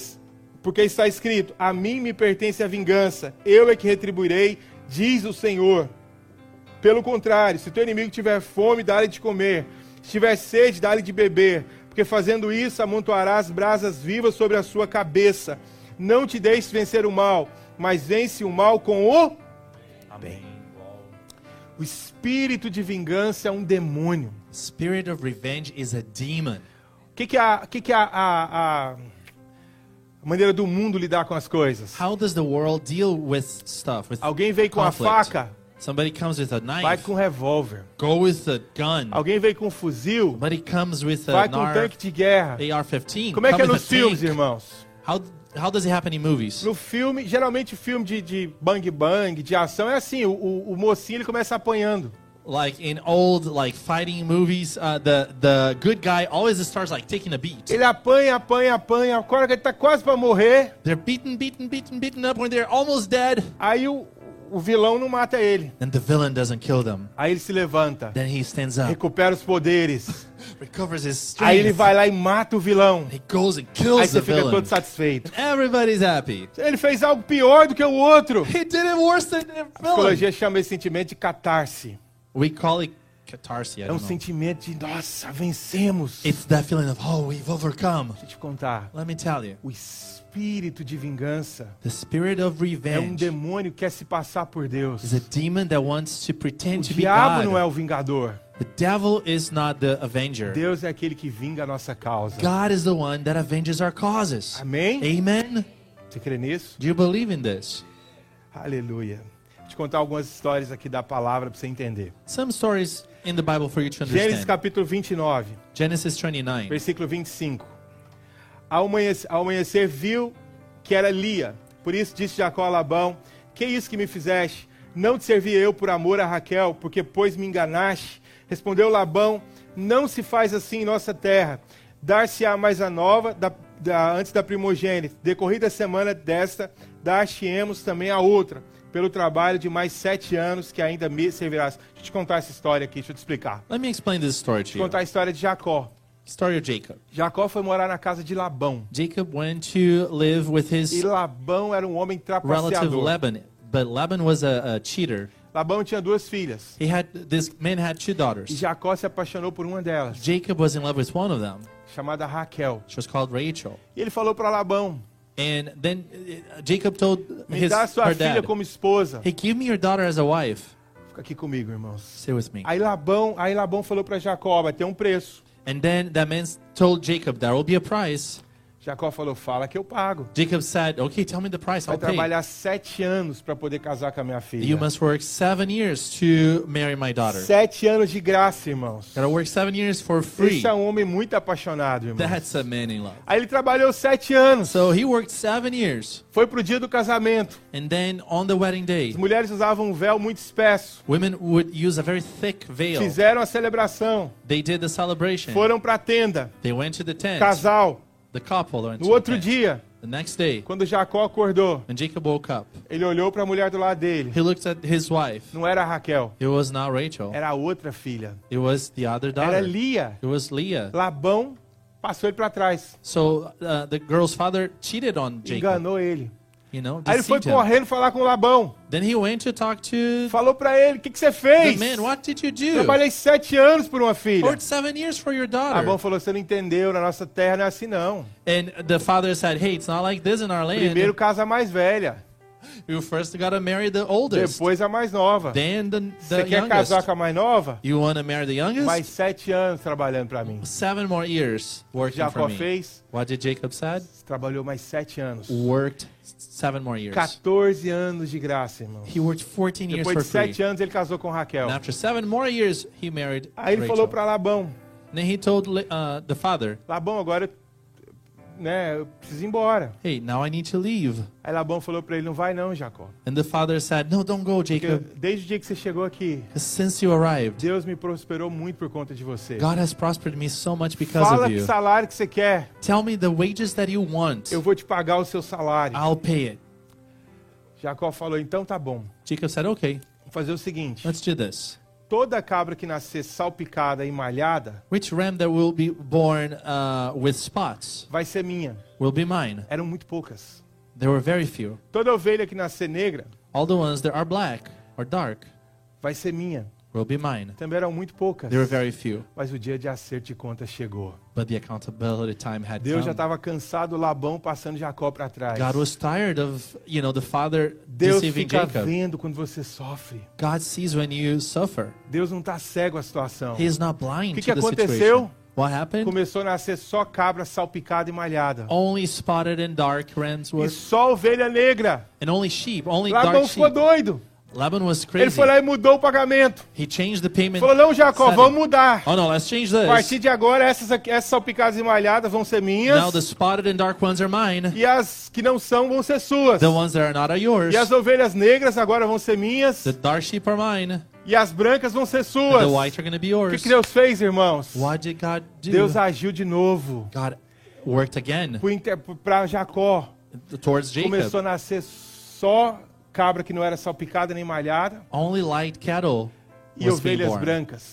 Speaker 2: porque está escrito: A mim me pertence a vingança, eu é que retribuirei, diz o Senhor. Pelo contrário, se teu inimigo tiver fome, dá-lhe de comer, se tiver sede, dá-lhe de beber, porque fazendo isso amontoarás brasas vivas sobre a sua cabeça. Não te deixes vencer o mal, mas vence o mal com o O espírito de vingança é um demônio.
Speaker 1: Spirit of revenge is a demon.
Speaker 2: O que, que, a, o que, que a, a- a maneira do mundo lidar com as coisas?
Speaker 1: How does the world deal with stuff? With
Speaker 2: Alguém veio com a
Speaker 1: conflict?
Speaker 2: faca,
Speaker 1: Somebody comes with a
Speaker 2: vai
Speaker 1: knife.
Speaker 2: com um revólver.
Speaker 1: Go with a gun.
Speaker 2: Alguém veio com um fuzil,
Speaker 1: Somebody comes with
Speaker 2: vai
Speaker 1: an
Speaker 2: com um
Speaker 1: AR,
Speaker 2: tanque de guerra.
Speaker 1: AR-15.
Speaker 2: Como é que é
Speaker 1: come
Speaker 2: nos
Speaker 1: with a
Speaker 2: filmes,
Speaker 1: tank.
Speaker 2: irmãos?
Speaker 1: How, how does it happen in movies?
Speaker 2: No filme, geralmente filme de, de bang bang, de ação, é assim, o, o- o mocinho ele começa apanhando.
Speaker 1: Like in old like fighting movies, uh, the the good guy always starts like taking a beat.
Speaker 2: Ele apanha, apanha, apanha, agora que ele tá quase pra morrer,
Speaker 1: They're beaten, beaten, beaten, beaten up when they're almost dead,
Speaker 2: aí o, o vilão não mata ele.
Speaker 1: and the villain doesn't kill them.
Speaker 2: Aí ele se levanta,
Speaker 1: Then he stands up,
Speaker 2: recupera os poderes.
Speaker 1: recovers his
Speaker 2: Aí ele
Speaker 1: strength.
Speaker 2: vai lá e mata o vilão.
Speaker 1: He goes and
Speaker 2: Aí
Speaker 1: kills
Speaker 2: você
Speaker 1: the
Speaker 2: fica todo
Speaker 1: villain.
Speaker 2: satisfeito.
Speaker 1: Everybody's happy.
Speaker 2: Ele fez algo pior do que o outro.
Speaker 1: He did it worse than the
Speaker 2: A
Speaker 1: villain.
Speaker 2: psicologia chama esse sentimento de catarse.
Speaker 1: We call it catharsis. I
Speaker 2: É um
Speaker 1: don't know.
Speaker 2: sentimento de, nossa, vencemos. Deixa
Speaker 1: It's that feeling of oh, we've overcome.
Speaker 2: eu te contar.
Speaker 1: Let me tell you,
Speaker 2: O espírito de vingança
Speaker 1: the spirit of
Speaker 2: é um
Speaker 1: revenge
Speaker 2: demônio que quer se passar por Deus.
Speaker 1: is a demon that wants to pretend
Speaker 2: O
Speaker 1: to be
Speaker 2: diabo
Speaker 1: God.
Speaker 2: não é o vingador.
Speaker 1: The devil is not the avenger.
Speaker 2: Deus é aquele que vinga a nossa causa.
Speaker 1: God is the one that avenges our causes.
Speaker 2: Amém?
Speaker 1: Amen.
Speaker 2: Você crê nisso?
Speaker 1: Do you believe in this?
Speaker 2: Aleluia. Vou te contar algumas histórias aqui da palavra para você entender.
Speaker 1: Some stories in the Bible for you to
Speaker 2: Gênesis
Speaker 1: understand.
Speaker 2: capítulo 29.
Speaker 1: Genesis 29,
Speaker 2: Versículo 25. Ao amanhecer, ao amanhecer viu que era Lia. Por isso disse Jacó a Labão: Que é isso que me fizeste? Não te servi eu por amor a Raquel, porque pois me enganaste. Respondeu Labão: Não se faz assim em nossa terra. Dar-se-á mais a nova da- da- antes da primogênita. Decorrida a semana desta, dar-te-emos também a outra, pelo trabalho de mais sete anos que ainda me servirás. Deixa eu te contar essa história aqui, deixa eu te explicar.
Speaker 1: Let me explain this story
Speaker 2: Deixa
Speaker 1: to
Speaker 2: eu
Speaker 1: you.
Speaker 2: contar a história de Jacó.
Speaker 1: Story of Jacob.
Speaker 2: Jacó foi morar na casa de Labão.
Speaker 1: Jacob went to live with
Speaker 2: E
Speaker 1: his
Speaker 2: Labão era um homem
Speaker 1: relative
Speaker 2: trapaceador.
Speaker 1: Laban, but Laban was a, a cheater.
Speaker 2: Labão tinha duas filhas.
Speaker 1: He had this man had two
Speaker 2: E
Speaker 1: daughters.
Speaker 2: Jacó se apaixonou por uma delas,
Speaker 1: Jacob was in love with one of them.
Speaker 2: chamada Raquel.
Speaker 1: She was called Rachel.
Speaker 2: E ele falou para Labão:
Speaker 1: And then uh, Jacob told
Speaker 2: Me
Speaker 1: his
Speaker 2: dá sua
Speaker 1: her
Speaker 2: filha
Speaker 1: dad,
Speaker 2: como esposa.
Speaker 1: "Hey, give me your daughter as a wife."
Speaker 2: Fica aqui comigo, irmãos.
Speaker 1: Stay with me.
Speaker 2: Aí Labão, aí Labão falou para Jacó: "Ó, Vai ter um preço.
Speaker 1: And then that man told Jacob, "There will be a price."
Speaker 2: Jacó falou: Fala que eu pago.
Speaker 1: Jacob said, "Okay, tell me the price.
Speaker 2: Vai
Speaker 1: I'll pay."
Speaker 2: trabalhar sete anos para poder casar com a minha
Speaker 1: You
Speaker 2: filha.
Speaker 1: must work seven years to marry my daughter.
Speaker 2: Sete anos de graça, irmãos.
Speaker 1: Gotta work seven years for free.
Speaker 2: Esse é um homem muito apaixonado, irmãos.
Speaker 1: That's a man in love.
Speaker 2: Aí ele trabalhou sete anos.
Speaker 1: So he worked seven years,
Speaker 2: Foi pro dia do casamento.
Speaker 1: and then on the wedding day,
Speaker 2: As mulheres usavam um véu muito espesso.
Speaker 1: women would use a very thick veil.
Speaker 2: Fizeram a celebração.
Speaker 1: They did the celebration.
Speaker 2: Foram pra tenda.
Speaker 1: They went to the tent.
Speaker 2: Casal.
Speaker 1: The couple went to
Speaker 2: No
Speaker 1: the
Speaker 2: outro
Speaker 1: tent.
Speaker 2: dia,
Speaker 1: The The next day,
Speaker 2: Quando Jacó acordou,
Speaker 1: when Jacob woke up,
Speaker 2: ele olhou para a mulher do lado dele.
Speaker 1: he looked at his wife.
Speaker 2: Não era a Raquel,
Speaker 1: It was not Rachel.
Speaker 2: era a outra filha.
Speaker 1: It was the other
Speaker 2: Era
Speaker 1: daughter.
Speaker 2: Lia.
Speaker 1: It was Leah.
Speaker 2: Labão passou ele para trás,
Speaker 1: So uh, the girl's father cheated on Jacob.
Speaker 2: enganou ele.
Speaker 1: You know,
Speaker 2: Aí ele foi
Speaker 1: deceived him.
Speaker 2: correndo falar com Labão.
Speaker 1: Then he went to talk to
Speaker 2: Falou para ele: O que, que você
Speaker 1: the
Speaker 2: fez?
Speaker 1: man. What did you do?
Speaker 2: Trabalhei sete anos por uma filha.
Speaker 1: Worked seven years for your
Speaker 2: Labão
Speaker 1: daughter.
Speaker 2: falou: Você não entendeu, na nossa terra não é assim não.
Speaker 1: And the father said, "Hey, it's not like this in our land.
Speaker 2: Primeiro casa a mais velha,
Speaker 1: You first gotta marry the oldest,
Speaker 2: depois a mais nova.
Speaker 1: then the, the
Speaker 2: Você quer casar
Speaker 1: youngest.
Speaker 2: com a mais nova?
Speaker 1: You wanna marry the youngest?
Speaker 2: Mais sete anos trabalhando para mim.
Speaker 1: Seven more years working for
Speaker 2: Jacó
Speaker 1: me."
Speaker 2: fez,
Speaker 1: What did Jacob said?
Speaker 2: trabalhou mais sete anos.
Speaker 1: Worked seven more years.
Speaker 2: 14 anos de graça, irmão.
Speaker 1: He worked 14 years
Speaker 2: Depois
Speaker 1: for
Speaker 2: de
Speaker 1: free.
Speaker 2: sete anos ele casou com Raquel.
Speaker 1: And after seven more years, he married
Speaker 2: Aí ele
Speaker 1: Rachel.
Speaker 2: falou para Labão:
Speaker 1: Then he told Le- uh, the father,
Speaker 2: Labão, agora né, eu preciso ir embora.
Speaker 1: "Hey, now I need to leave."
Speaker 2: Aí Labão falou para ele: Não vai não, Jacó.
Speaker 1: And the father said, "No, don't go,
Speaker 2: Porque
Speaker 1: Jacob.
Speaker 2: desde o dia que você chegou aqui,
Speaker 1: Since you arrived,
Speaker 2: Deus me prosperou muito por conta de você.
Speaker 1: God has prospered me so much because
Speaker 2: Fala
Speaker 1: of
Speaker 2: que
Speaker 1: you.
Speaker 2: salário que você quer,
Speaker 1: Tell me the wages that you want.
Speaker 2: eu vou te pagar o seu salário.
Speaker 1: I'll pay it."
Speaker 2: Jacó falou: Então tá bom.
Speaker 1: Jacob said, "Okay,
Speaker 2: Vamos fazer o seguinte:
Speaker 1: let's do this."
Speaker 2: toda cabra que nascer salpicada e malhada
Speaker 1: Which ram that will be born uh, with spots
Speaker 2: vai ser minha.
Speaker 1: will be mine.
Speaker 2: Eram muito poucas.
Speaker 1: There were very few.
Speaker 2: Toda ovelha que nascer negra
Speaker 1: All the ones that are black or dark
Speaker 2: vai ser minha.
Speaker 1: will be mine.
Speaker 2: Também eram muito poucas.
Speaker 1: There were very few,
Speaker 2: Mas o dia de acerto de contas chegou.
Speaker 1: but the accountability time had
Speaker 2: Deus
Speaker 1: come.
Speaker 2: já estava cansado, Labão passando Jacó para trás.
Speaker 1: God was tired of, you know, the father
Speaker 2: Deus
Speaker 1: deceiving
Speaker 2: fica
Speaker 1: Jacob.
Speaker 2: vendo quando você sofre.
Speaker 1: God sees when you suffer.
Speaker 2: Deus não está cego à situação.
Speaker 1: He is not blind
Speaker 2: Que
Speaker 1: to
Speaker 2: que
Speaker 1: the
Speaker 2: aconteceu?
Speaker 1: situation. What happened?
Speaker 2: Começou a nascer só cabra salpicada e malhada.
Speaker 1: Only spotted and dark rams were,
Speaker 2: E só ovelha negra.
Speaker 1: and only sheep, only
Speaker 2: Labão
Speaker 1: dark sheep.
Speaker 2: ficou doido.
Speaker 1: Laban was
Speaker 2: Ele
Speaker 1: crazy.
Speaker 2: foi lá e mudou o pagamento.
Speaker 1: He changed the payment.
Speaker 2: Falou, não, Jacó,
Speaker 1: setting.
Speaker 2: vamos mudar.
Speaker 1: Oh no, let's change
Speaker 2: A
Speaker 1: this.
Speaker 2: partir de agora, essas, aqui, essas salpicadas e malhadas vão
Speaker 1: Now
Speaker 2: ser
Speaker 1: the
Speaker 2: minhas.
Speaker 1: spotted and dark ones are mine.
Speaker 2: E as que não são vão ser suas.
Speaker 1: The ones that are not are yours.
Speaker 2: E as ovelhas negras agora vão ser minhas.
Speaker 1: The dark sheep are mine.
Speaker 2: E as brancas vão ser suas.
Speaker 1: The white are going to be
Speaker 2: O que,
Speaker 1: yours.
Speaker 2: que Deus fez, irmãos?
Speaker 1: What did God do?
Speaker 2: Deus agiu de novo
Speaker 1: God worked again
Speaker 2: para Jacó.
Speaker 1: towards
Speaker 2: Começou
Speaker 1: Jacob.
Speaker 2: a nascer só cabra que não era salpicada nem malhada
Speaker 1: Only light cattle
Speaker 2: e
Speaker 1: was being
Speaker 2: ovelhas
Speaker 1: born
Speaker 2: brancas.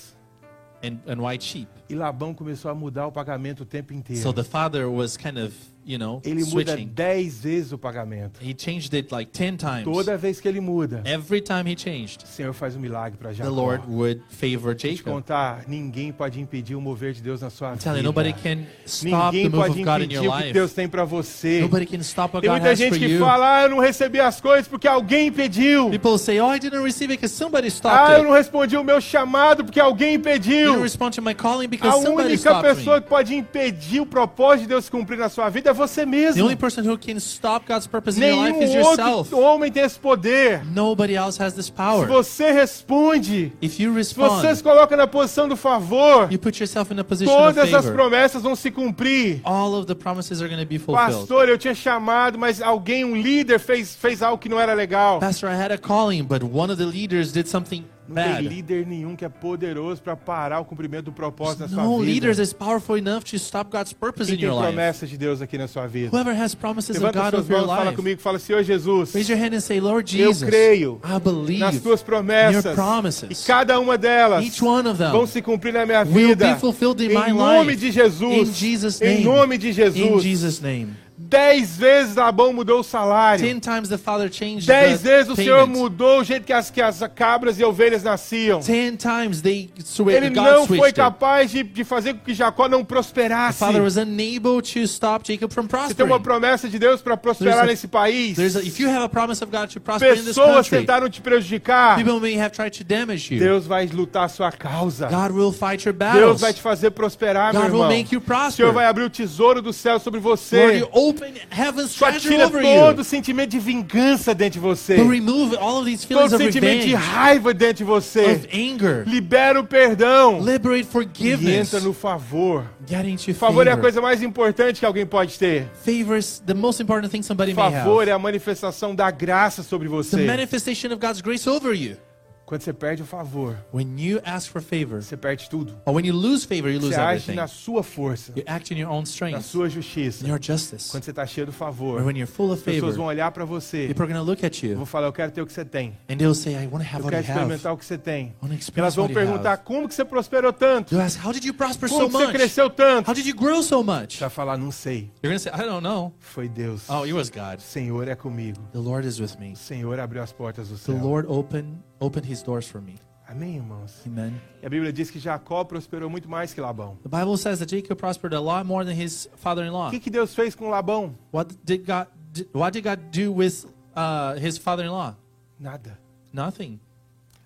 Speaker 1: and, and white sheep.
Speaker 2: E Labão começou a mudar o pagamento o tempo inteiro.
Speaker 1: So the father was kind of, you know,
Speaker 2: ele muda
Speaker 1: switching.
Speaker 2: dez vezes o pagamento.
Speaker 1: He changed it like 10 times.
Speaker 2: Toda vez que ele muda,
Speaker 1: Every time he changed,
Speaker 2: o Senhor faz um milagre para
Speaker 1: É. the
Speaker 2: Jacó.
Speaker 1: Lord would favor
Speaker 2: Vou te
Speaker 1: Jacob.
Speaker 2: contar, ninguém pode impedir o mover de Deus na sua
Speaker 1: I'm telling you, nobody
Speaker 2: vida.
Speaker 1: can stop the
Speaker 2: Ninguém
Speaker 1: move
Speaker 2: pode
Speaker 1: of God in your
Speaker 2: impedir o que
Speaker 1: life.
Speaker 2: Deus tem para você.
Speaker 1: Nobody can stop what
Speaker 2: Tem
Speaker 1: God
Speaker 2: muita
Speaker 1: has for
Speaker 2: gente que
Speaker 1: you.
Speaker 2: fala, ah, eu não recebi as coisas porque alguém impediu.
Speaker 1: People say, "Oh, I didn't receive it because somebody
Speaker 2: Ah, eu
Speaker 1: stopped
Speaker 2: não
Speaker 1: it.
Speaker 2: respondi o meu chamado porque alguém
Speaker 1: You didn't
Speaker 2: impediu.
Speaker 1: respond to my calling because
Speaker 2: A
Speaker 1: somebody
Speaker 2: única
Speaker 1: stopped
Speaker 2: pessoa
Speaker 1: me."
Speaker 2: que pode impedir o propósito de Deus cumprir na sua vida é você
Speaker 1: The
Speaker 2: mesmo.
Speaker 1: only person who can stop God's purpose in your life is
Speaker 2: Nenhum
Speaker 1: yourself.
Speaker 2: outro homem tem esse poder.
Speaker 1: Nobody else has this
Speaker 2: Se
Speaker 1: power.
Speaker 2: você responde,
Speaker 1: If you
Speaker 2: se você se
Speaker 1: respond,
Speaker 2: coloca na posição do favor,
Speaker 1: you put yourself in a position of
Speaker 2: todas as
Speaker 1: favor.
Speaker 2: promessas vão se cumprir.
Speaker 1: All of the promises are going to be fulfilled.
Speaker 2: Pastor, eu tinha chamado, mas alguém, um líder, fez, fez algo que não era legal.
Speaker 1: Pastor, I had a calling, but one of the leaders did something
Speaker 2: Oh. Não tem
Speaker 1: bad.
Speaker 2: líder nenhum que é poderoso para parar o cumprimento do propósito da sua
Speaker 1: No
Speaker 2: vida.
Speaker 1: leaders is powerful enough to stop God's purpose
Speaker 2: Quem
Speaker 1: in
Speaker 2: tem
Speaker 1: your life.
Speaker 2: promessas de Deus aqui na sua vida?
Speaker 1: Whoever has promises of
Speaker 2: Levanta
Speaker 1: God
Speaker 2: suas
Speaker 1: of your
Speaker 2: mãos, fala
Speaker 1: life,
Speaker 2: comigo, fala, Senhor Jesus,
Speaker 1: raise your hand and say, "Lord
Speaker 2: eu
Speaker 1: Jesus,
Speaker 2: creio
Speaker 1: I
Speaker 2: nas
Speaker 1: believe."
Speaker 2: tuas promessas
Speaker 1: your promises.
Speaker 2: e cada uma delas
Speaker 1: Each one of them
Speaker 2: vão se cumprir na minha
Speaker 1: will
Speaker 2: vida.
Speaker 1: be fulfilled in my
Speaker 2: Em nome
Speaker 1: life.
Speaker 2: de Jesus,
Speaker 1: In Jesus'
Speaker 2: em
Speaker 1: name.
Speaker 2: nome de
Speaker 1: In
Speaker 2: Jesus,
Speaker 1: Jesus' name.
Speaker 2: dez vezes Labão mudou o salário.
Speaker 1: Ten times the Father changed
Speaker 2: Dez
Speaker 1: the
Speaker 2: vezes o Senhor
Speaker 1: payment.
Speaker 2: mudou o jeito que as, que as cabras e ovelhas nasciam.
Speaker 1: Ten times they swi-
Speaker 2: Ele não
Speaker 1: God
Speaker 2: foi
Speaker 1: switched it.
Speaker 2: capaz de, de fazer com que Jacó não
Speaker 1: The
Speaker 2: prosperasse.
Speaker 1: Father was unable to stop Jacob from
Speaker 2: Você tem uma
Speaker 1: prospering.
Speaker 2: promessa de Deus para prosperar
Speaker 1: There's a-
Speaker 2: nesse país.
Speaker 1: There's a, if you have a promise of God to prosper in this
Speaker 2: Pessoas
Speaker 1: country,
Speaker 2: tentaram te prejudicar.
Speaker 1: people may have tried to damage you.
Speaker 2: Deus vai lutar a sua causa.
Speaker 1: God will fight your
Speaker 2: Deus
Speaker 1: battles.
Speaker 2: vai te fazer prosperar, meu
Speaker 1: God will
Speaker 2: irmão.
Speaker 1: make you
Speaker 2: O Senhor vai
Speaker 1: prosper.
Speaker 2: abrir o tesouro do céu sobre
Speaker 1: Lord,
Speaker 2: você.
Speaker 1: you open heaven's
Speaker 2: Só
Speaker 1: treasure
Speaker 2: tira
Speaker 1: over
Speaker 2: todo o
Speaker 1: you.
Speaker 2: sentimento de vingança dentro de você.
Speaker 1: But remove all of these
Speaker 2: Todo
Speaker 1: feelings
Speaker 2: o
Speaker 1: of
Speaker 2: sentimento de
Speaker 1: revenge,
Speaker 2: raiva dentro de
Speaker 1: of
Speaker 2: você.
Speaker 1: anger.
Speaker 2: Libera o perdão.
Speaker 1: Liberate
Speaker 2: E
Speaker 1: forgiveness.
Speaker 2: entra no favor.
Speaker 1: Get into
Speaker 2: Favor é a
Speaker 1: favor.
Speaker 2: coisa mais importante que alguém pode ter.
Speaker 1: Favor is the most important thing somebody may
Speaker 2: Favor
Speaker 1: have.
Speaker 2: é a manifestação da graça sobre
Speaker 1: The
Speaker 2: você.
Speaker 1: manifestation of God's grace over you.
Speaker 2: Quando você perde o favor,
Speaker 1: When you ask for favor,
Speaker 2: você perde tudo.
Speaker 1: or when you lose favor, you lose
Speaker 2: Você age
Speaker 1: everything.
Speaker 2: na sua força,
Speaker 1: You act in your own
Speaker 2: na
Speaker 1: strength,
Speaker 2: sua
Speaker 1: in
Speaker 2: justiça.
Speaker 1: your justice.
Speaker 2: Quando você está cheio do
Speaker 1: Or
Speaker 2: favor,
Speaker 1: when you're full of
Speaker 2: as pessoas vão
Speaker 1: favor,
Speaker 2: olhar para você
Speaker 1: people are going to look at
Speaker 2: e vão
Speaker 1: you
Speaker 2: falar: Eu quero ter o que você tem.
Speaker 1: and they'll say, I want to have
Speaker 2: Eu
Speaker 1: what I
Speaker 2: quero
Speaker 1: have.
Speaker 2: experimentar o que você tem.
Speaker 1: I want to
Speaker 2: Elas
Speaker 1: experience
Speaker 2: vão
Speaker 1: what you
Speaker 2: perguntar:
Speaker 1: have.
Speaker 2: Como que você prosperou tanto?
Speaker 1: They'll ask, How did you prosper so
Speaker 2: Como que você
Speaker 1: much?
Speaker 2: cresceu tanto?
Speaker 1: How did you grow so much?
Speaker 2: Você vai falar: Não sei.
Speaker 1: You're going to say, I don't know.
Speaker 2: Foi Deus.
Speaker 1: Oh, it
Speaker 2: O
Speaker 1: was God.
Speaker 2: Senhor é comigo.
Speaker 1: The Lord is with me.
Speaker 2: O Senhor abriu as portas do
Speaker 1: The
Speaker 2: céu.
Speaker 1: Lord opened opened his doors for me.
Speaker 2: Amém, irmãos?
Speaker 1: Amen.
Speaker 2: E a Bíblia diz que Jacó prosperou muito mais que Labão.
Speaker 1: The Bible says that Jacob prospered a lot more than his
Speaker 2: O
Speaker 1: father-in-law.
Speaker 2: que, que Deus fez com Labão?
Speaker 1: What did God did, what did God do with uh, his father-in-law?
Speaker 2: Nada.
Speaker 1: Nothing.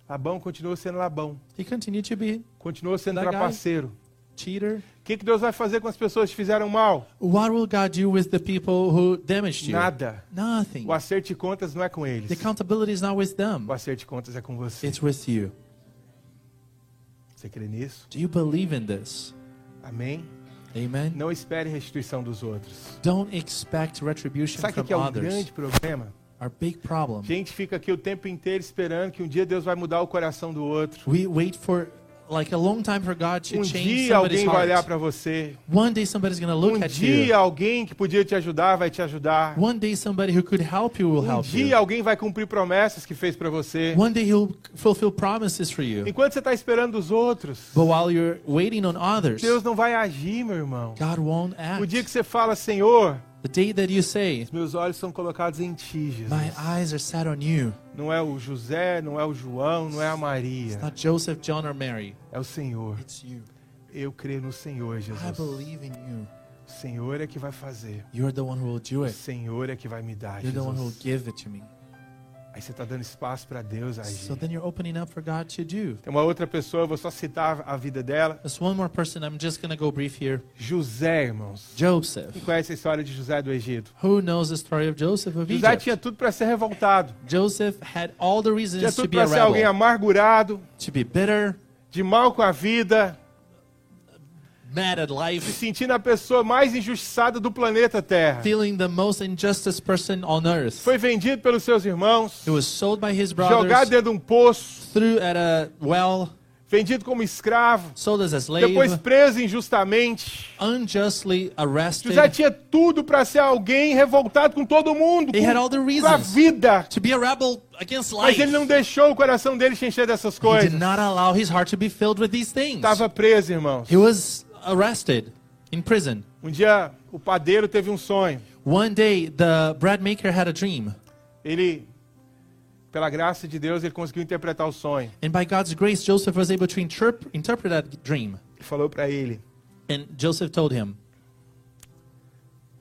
Speaker 2: Labão continuou sendo Labão.
Speaker 1: He continued to be
Speaker 2: Continuou sendo
Speaker 1: That guy.
Speaker 2: trapaceiro.
Speaker 1: cheater.
Speaker 2: O que, que Deus vai fazer com as pessoas que fizeram mal?
Speaker 1: What will God do with the people who damaged you?
Speaker 2: Nada.
Speaker 1: Nothing.
Speaker 2: O acerto de contas não é com eles.
Speaker 1: The accountability is not with them.
Speaker 2: O acerto de contas é com você.
Speaker 1: It's with you.
Speaker 2: Você crê nisso?
Speaker 1: Do you believe in this?
Speaker 2: Amém?
Speaker 1: Amen.
Speaker 2: Não espere restituição dos outros.
Speaker 1: Don't expect retribution
Speaker 2: Sabe o
Speaker 1: from
Speaker 2: que que é o
Speaker 1: others.
Speaker 2: grande problema?
Speaker 1: Our big problem.
Speaker 2: Gente fica aqui o tempo inteiro esperando que um dia Deus vai mudar o coração do outro.
Speaker 1: We wait for like a long time for God to
Speaker 2: Um
Speaker 1: change somebody's
Speaker 2: dia alguém vai olhar
Speaker 1: heart.
Speaker 2: para você.
Speaker 1: One day somebody's gonna look
Speaker 2: Um
Speaker 1: at
Speaker 2: dia alguém que podia te ajudar vai te ajudar.
Speaker 1: you. One day somebody who could help you will
Speaker 2: Um
Speaker 1: help
Speaker 2: dia alguém vai cumprir promessas que fez para você.
Speaker 1: you. One day he'll fulfill promises for you.
Speaker 2: Enquanto você está esperando os outros,
Speaker 1: But while you're waiting on others,
Speaker 2: Deus não vai agir, meu irmão.
Speaker 1: God won't act.
Speaker 2: O dia que você fala, Senhor,
Speaker 1: The day that you say,
Speaker 2: meus olhos são colocados em ti, Jesus.
Speaker 1: My eyes are set on you,
Speaker 2: Não é o José, não é o João, não é a Maria.
Speaker 1: it's not Joseph, John, or Mary.
Speaker 2: É o Senhor.
Speaker 1: It's you.
Speaker 2: Eu creio no Senhor,
Speaker 1: I
Speaker 2: Jesus.
Speaker 1: believe in you.
Speaker 2: O Senhor é que vai fazer.
Speaker 1: You're the one who will do
Speaker 2: O
Speaker 1: it.
Speaker 2: Senhor é que vai me dar,
Speaker 1: You're the one who will
Speaker 2: Jesus.
Speaker 1: give it to me.
Speaker 2: Aí você está dando espaço para Deus
Speaker 1: So
Speaker 2: agir.
Speaker 1: then you're opening up for God to do.
Speaker 2: Tem uma outra pessoa, eu vou só citar a vida dela.
Speaker 1: There's one more person. I'm just gonna go brief here.
Speaker 2: José, irmãos.
Speaker 1: Joseph.
Speaker 2: Quem conhece a história de José do Egito?
Speaker 1: Who knows the story of Joseph of
Speaker 2: José
Speaker 1: Egypt?
Speaker 2: tinha tudo para ser revoltado.
Speaker 1: Joseph had all the
Speaker 2: Tinha
Speaker 1: reasons to
Speaker 2: tudo
Speaker 1: be a
Speaker 2: para ser alguém
Speaker 1: rebel,
Speaker 2: amargurado,
Speaker 1: to be bitter,
Speaker 2: de mal com a vida,
Speaker 1: mad at
Speaker 2: se
Speaker 1: life,
Speaker 2: sentindo a pessoa mais injustiçada do planeta Terra.
Speaker 1: feeling the most injustice person on earth.
Speaker 2: Foi vendido pelos seus irmãos,
Speaker 1: He was sold by his
Speaker 2: jogado
Speaker 1: brothers,
Speaker 2: dentro de um poço,
Speaker 1: threw at a well,
Speaker 2: vendido como escravo,
Speaker 1: sold as a slave,
Speaker 2: depois preso injustamente.
Speaker 1: unjustly
Speaker 2: José
Speaker 1: arrested.
Speaker 2: tinha tudo para ser alguém revoltado com todo mundo,
Speaker 1: He had all the
Speaker 2: com, com a
Speaker 1: reasons
Speaker 2: vida.
Speaker 1: to be a rebel against life.
Speaker 2: Mas ele não
Speaker 1: He
Speaker 2: deixou o coração dele se encher dessas coisas.
Speaker 1: did not allow his heart to be filled with these things.
Speaker 2: Estava preso, irmãos.
Speaker 1: He was arrested in prison.
Speaker 2: Um dia o padeiro teve um sonho.
Speaker 1: One day, the bread maker had a dream,
Speaker 2: Ele, pela graça de Deus, ele conseguiu interpretar o sonho.
Speaker 1: and by God's grace, Joseph was able to interp- interpret that dream.
Speaker 2: Ele falou para ele:
Speaker 1: And Joseph told him,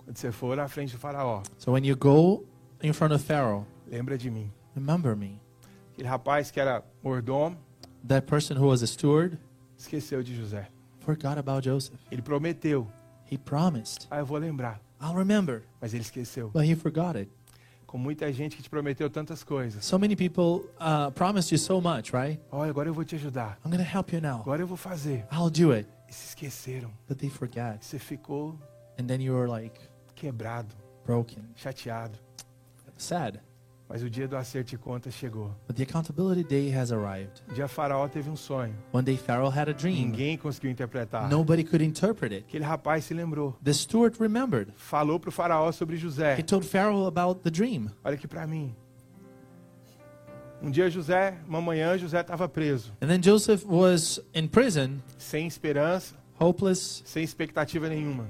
Speaker 2: Quando você for na frente do faraó,
Speaker 1: So when you go in front of Pharaoh,
Speaker 2: lembra de mim.
Speaker 1: remember me.
Speaker 2: Aquele rapaz que era mordomo
Speaker 1: That person who was a steward
Speaker 2: esqueceu de José.
Speaker 1: forgot about Joseph.
Speaker 2: Ele prometeu,
Speaker 1: He promised,
Speaker 2: ah, eu vou lembrar,
Speaker 1: I'll remember,
Speaker 2: mas ele esqueceu.
Speaker 1: but he forgot it.
Speaker 2: Com muita gente que te prometeu tantas coisas.
Speaker 1: So many people uh, promised you so much, right?
Speaker 2: Olha, agora eu vou te ajudar.
Speaker 1: I'm going to help you now.
Speaker 2: Agora eu vou fazer.
Speaker 1: I'll do it.
Speaker 2: E se esqueceram.
Speaker 1: But they forget.
Speaker 2: Você ficou
Speaker 1: And then you were like
Speaker 2: quebrado,
Speaker 1: broken,
Speaker 2: chateado.
Speaker 1: sad.
Speaker 2: Mas o dia do acerto de contas chegou.
Speaker 1: But the accountability day has arrived.
Speaker 2: Um dia faraó teve um sonho.
Speaker 1: One day Pharaoh had a dream.
Speaker 2: Ninguém conseguiu interpretar.
Speaker 1: Nobody could interpret it.
Speaker 2: Aquele rapaz se lembrou.
Speaker 1: The steward remembered.
Speaker 2: Falou pro faraó sobre José.
Speaker 1: He told Pharaoh about the dream.
Speaker 2: Olha aqui pra mim. Um dia José, uma manhã José estava preso,
Speaker 1: And then Joseph was in prison,
Speaker 2: sem esperança,
Speaker 1: hopeless
Speaker 2: sem expectativa nenhuma.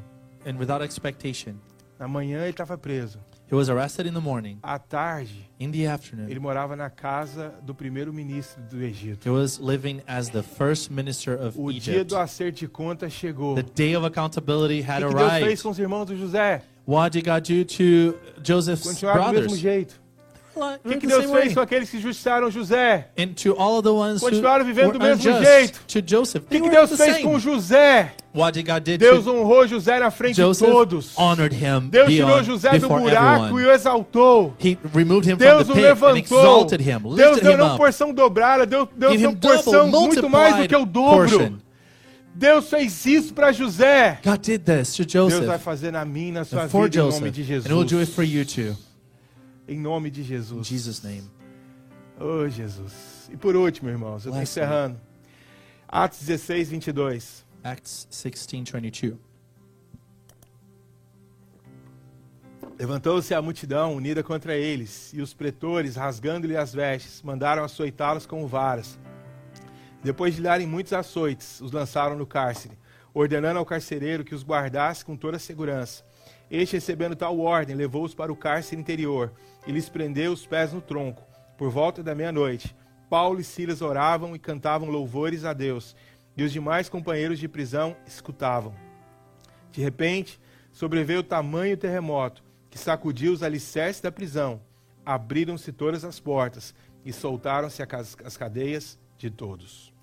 Speaker 1: and without expectation.
Speaker 2: Na manhã ele estava preso.
Speaker 1: He was arrested in the morning.
Speaker 2: À tarde,
Speaker 1: In the afternoon,
Speaker 2: ele morava na casa do primeiro-ministro do Egito.
Speaker 1: he was living as the first minister of
Speaker 2: O dia
Speaker 1: Egypt.
Speaker 2: do acerto de contas chegou.
Speaker 1: The
Speaker 2: O
Speaker 1: day of accountability had
Speaker 2: que, que Deus fez
Speaker 1: arrived.
Speaker 2: com os irmãos do José?
Speaker 1: What did God do to Joseph's
Speaker 2: Continuaram do mesmo
Speaker 1: brothers?
Speaker 2: jeito.
Speaker 1: Like,
Speaker 2: O que, que
Speaker 1: the
Speaker 2: Deus
Speaker 1: Hum, same
Speaker 2: fez
Speaker 1: way.
Speaker 2: com aqueles que justiçaram José?
Speaker 1: And to all of the ones who
Speaker 2: Continuaram vivendo
Speaker 1: were
Speaker 2: do mesmo
Speaker 1: unjust
Speaker 2: jeito.
Speaker 1: to Joseph.
Speaker 2: O que,
Speaker 1: They
Speaker 2: que
Speaker 1: were
Speaker 2: Deus
Speaker 1: the
Speaker 2: fez
Speaker 1: same.
Speaker 2: com José?
Speaker 1: What did God did
Speaker 2: Deus
Speaker 1: to
Speaker 2: honrou José na frente de
Speaker 1: Joseph
Speaker 2: todos.
Speaker 1: honored him
Speaker 2: Deus tirou
Speaker 1: beyond,
Speaker 2: José do
Speaker 1: before
Speaker 2: buraco e
Speaker 1: everyone.
Speaker 2: o exaltou.
Speaker 1: He removed him
Speaker 2: Deus o
Speaker 1: from the pit and
Speaker 2: levantou.
Speaker 1: exalted him,
Speaker 2: Deus
Speaker 1: lifted
Speaker 2: deu
Speaker 1: him
Speaker 2: não
Speaker 1: up,
Speaker 2: porção dobrada, Deus deu
Speaker 1: gave
Speaker 2: não
Speaker 1: him double,
Speaker 2: porção muito mais do
Speaker 1: multiplied
Speaker 2: que o dobro.
Speaker 1: portion.
Speaker 2: Deus fez isso para José.
Speaker 1: God did this to
Speaker 2: Deus vai
Speaker 1: Joseph
Speaker 2: fazer na minha, e na sua
Speaker 1: and for
Speaker 2: vida, em
Speaker 1: Joseph,
Speaker 2: nome de
Speaker 1: and He will do it
Speaker 2: Jesus.
Speaker 1: for you too.
Speaker 2: Em nome de
Speaker 1: In
Speaker 2: Jesus.
Speaker 1: Jesus' name.
Speaker 2: Oh, Jesus. E por último, irmãos, eu estou
Speaker 1: Last
Speaker 2: encerrando. Atos 16, 22.
Speaker 1: Acts 16:22.
Speaker 2: Levantou-se a multidão unida contra eles, e os pretores, rasgando-lhe as vestes, mandaram açoitá-los com varas. Depois de lhe darem muitos açoites, os lançaram no cárcere, ordenando ao carcereiro que os guardasse com toda a segurança. Este, recebendo tal ordem, levou-os para o cárcere interior e lhes prendeu os pés no tronco. Por volta da meia-noite, Paulo e Silas oravam e cantavam louvores a Deus, e os demais companheiros de prisão escutavam. De repente, sobreveio tamanho terremoto que sacudiu os alicerces da prisão. Abriram-se todas as portas e soltaram-se a cas- as cadeias de todos.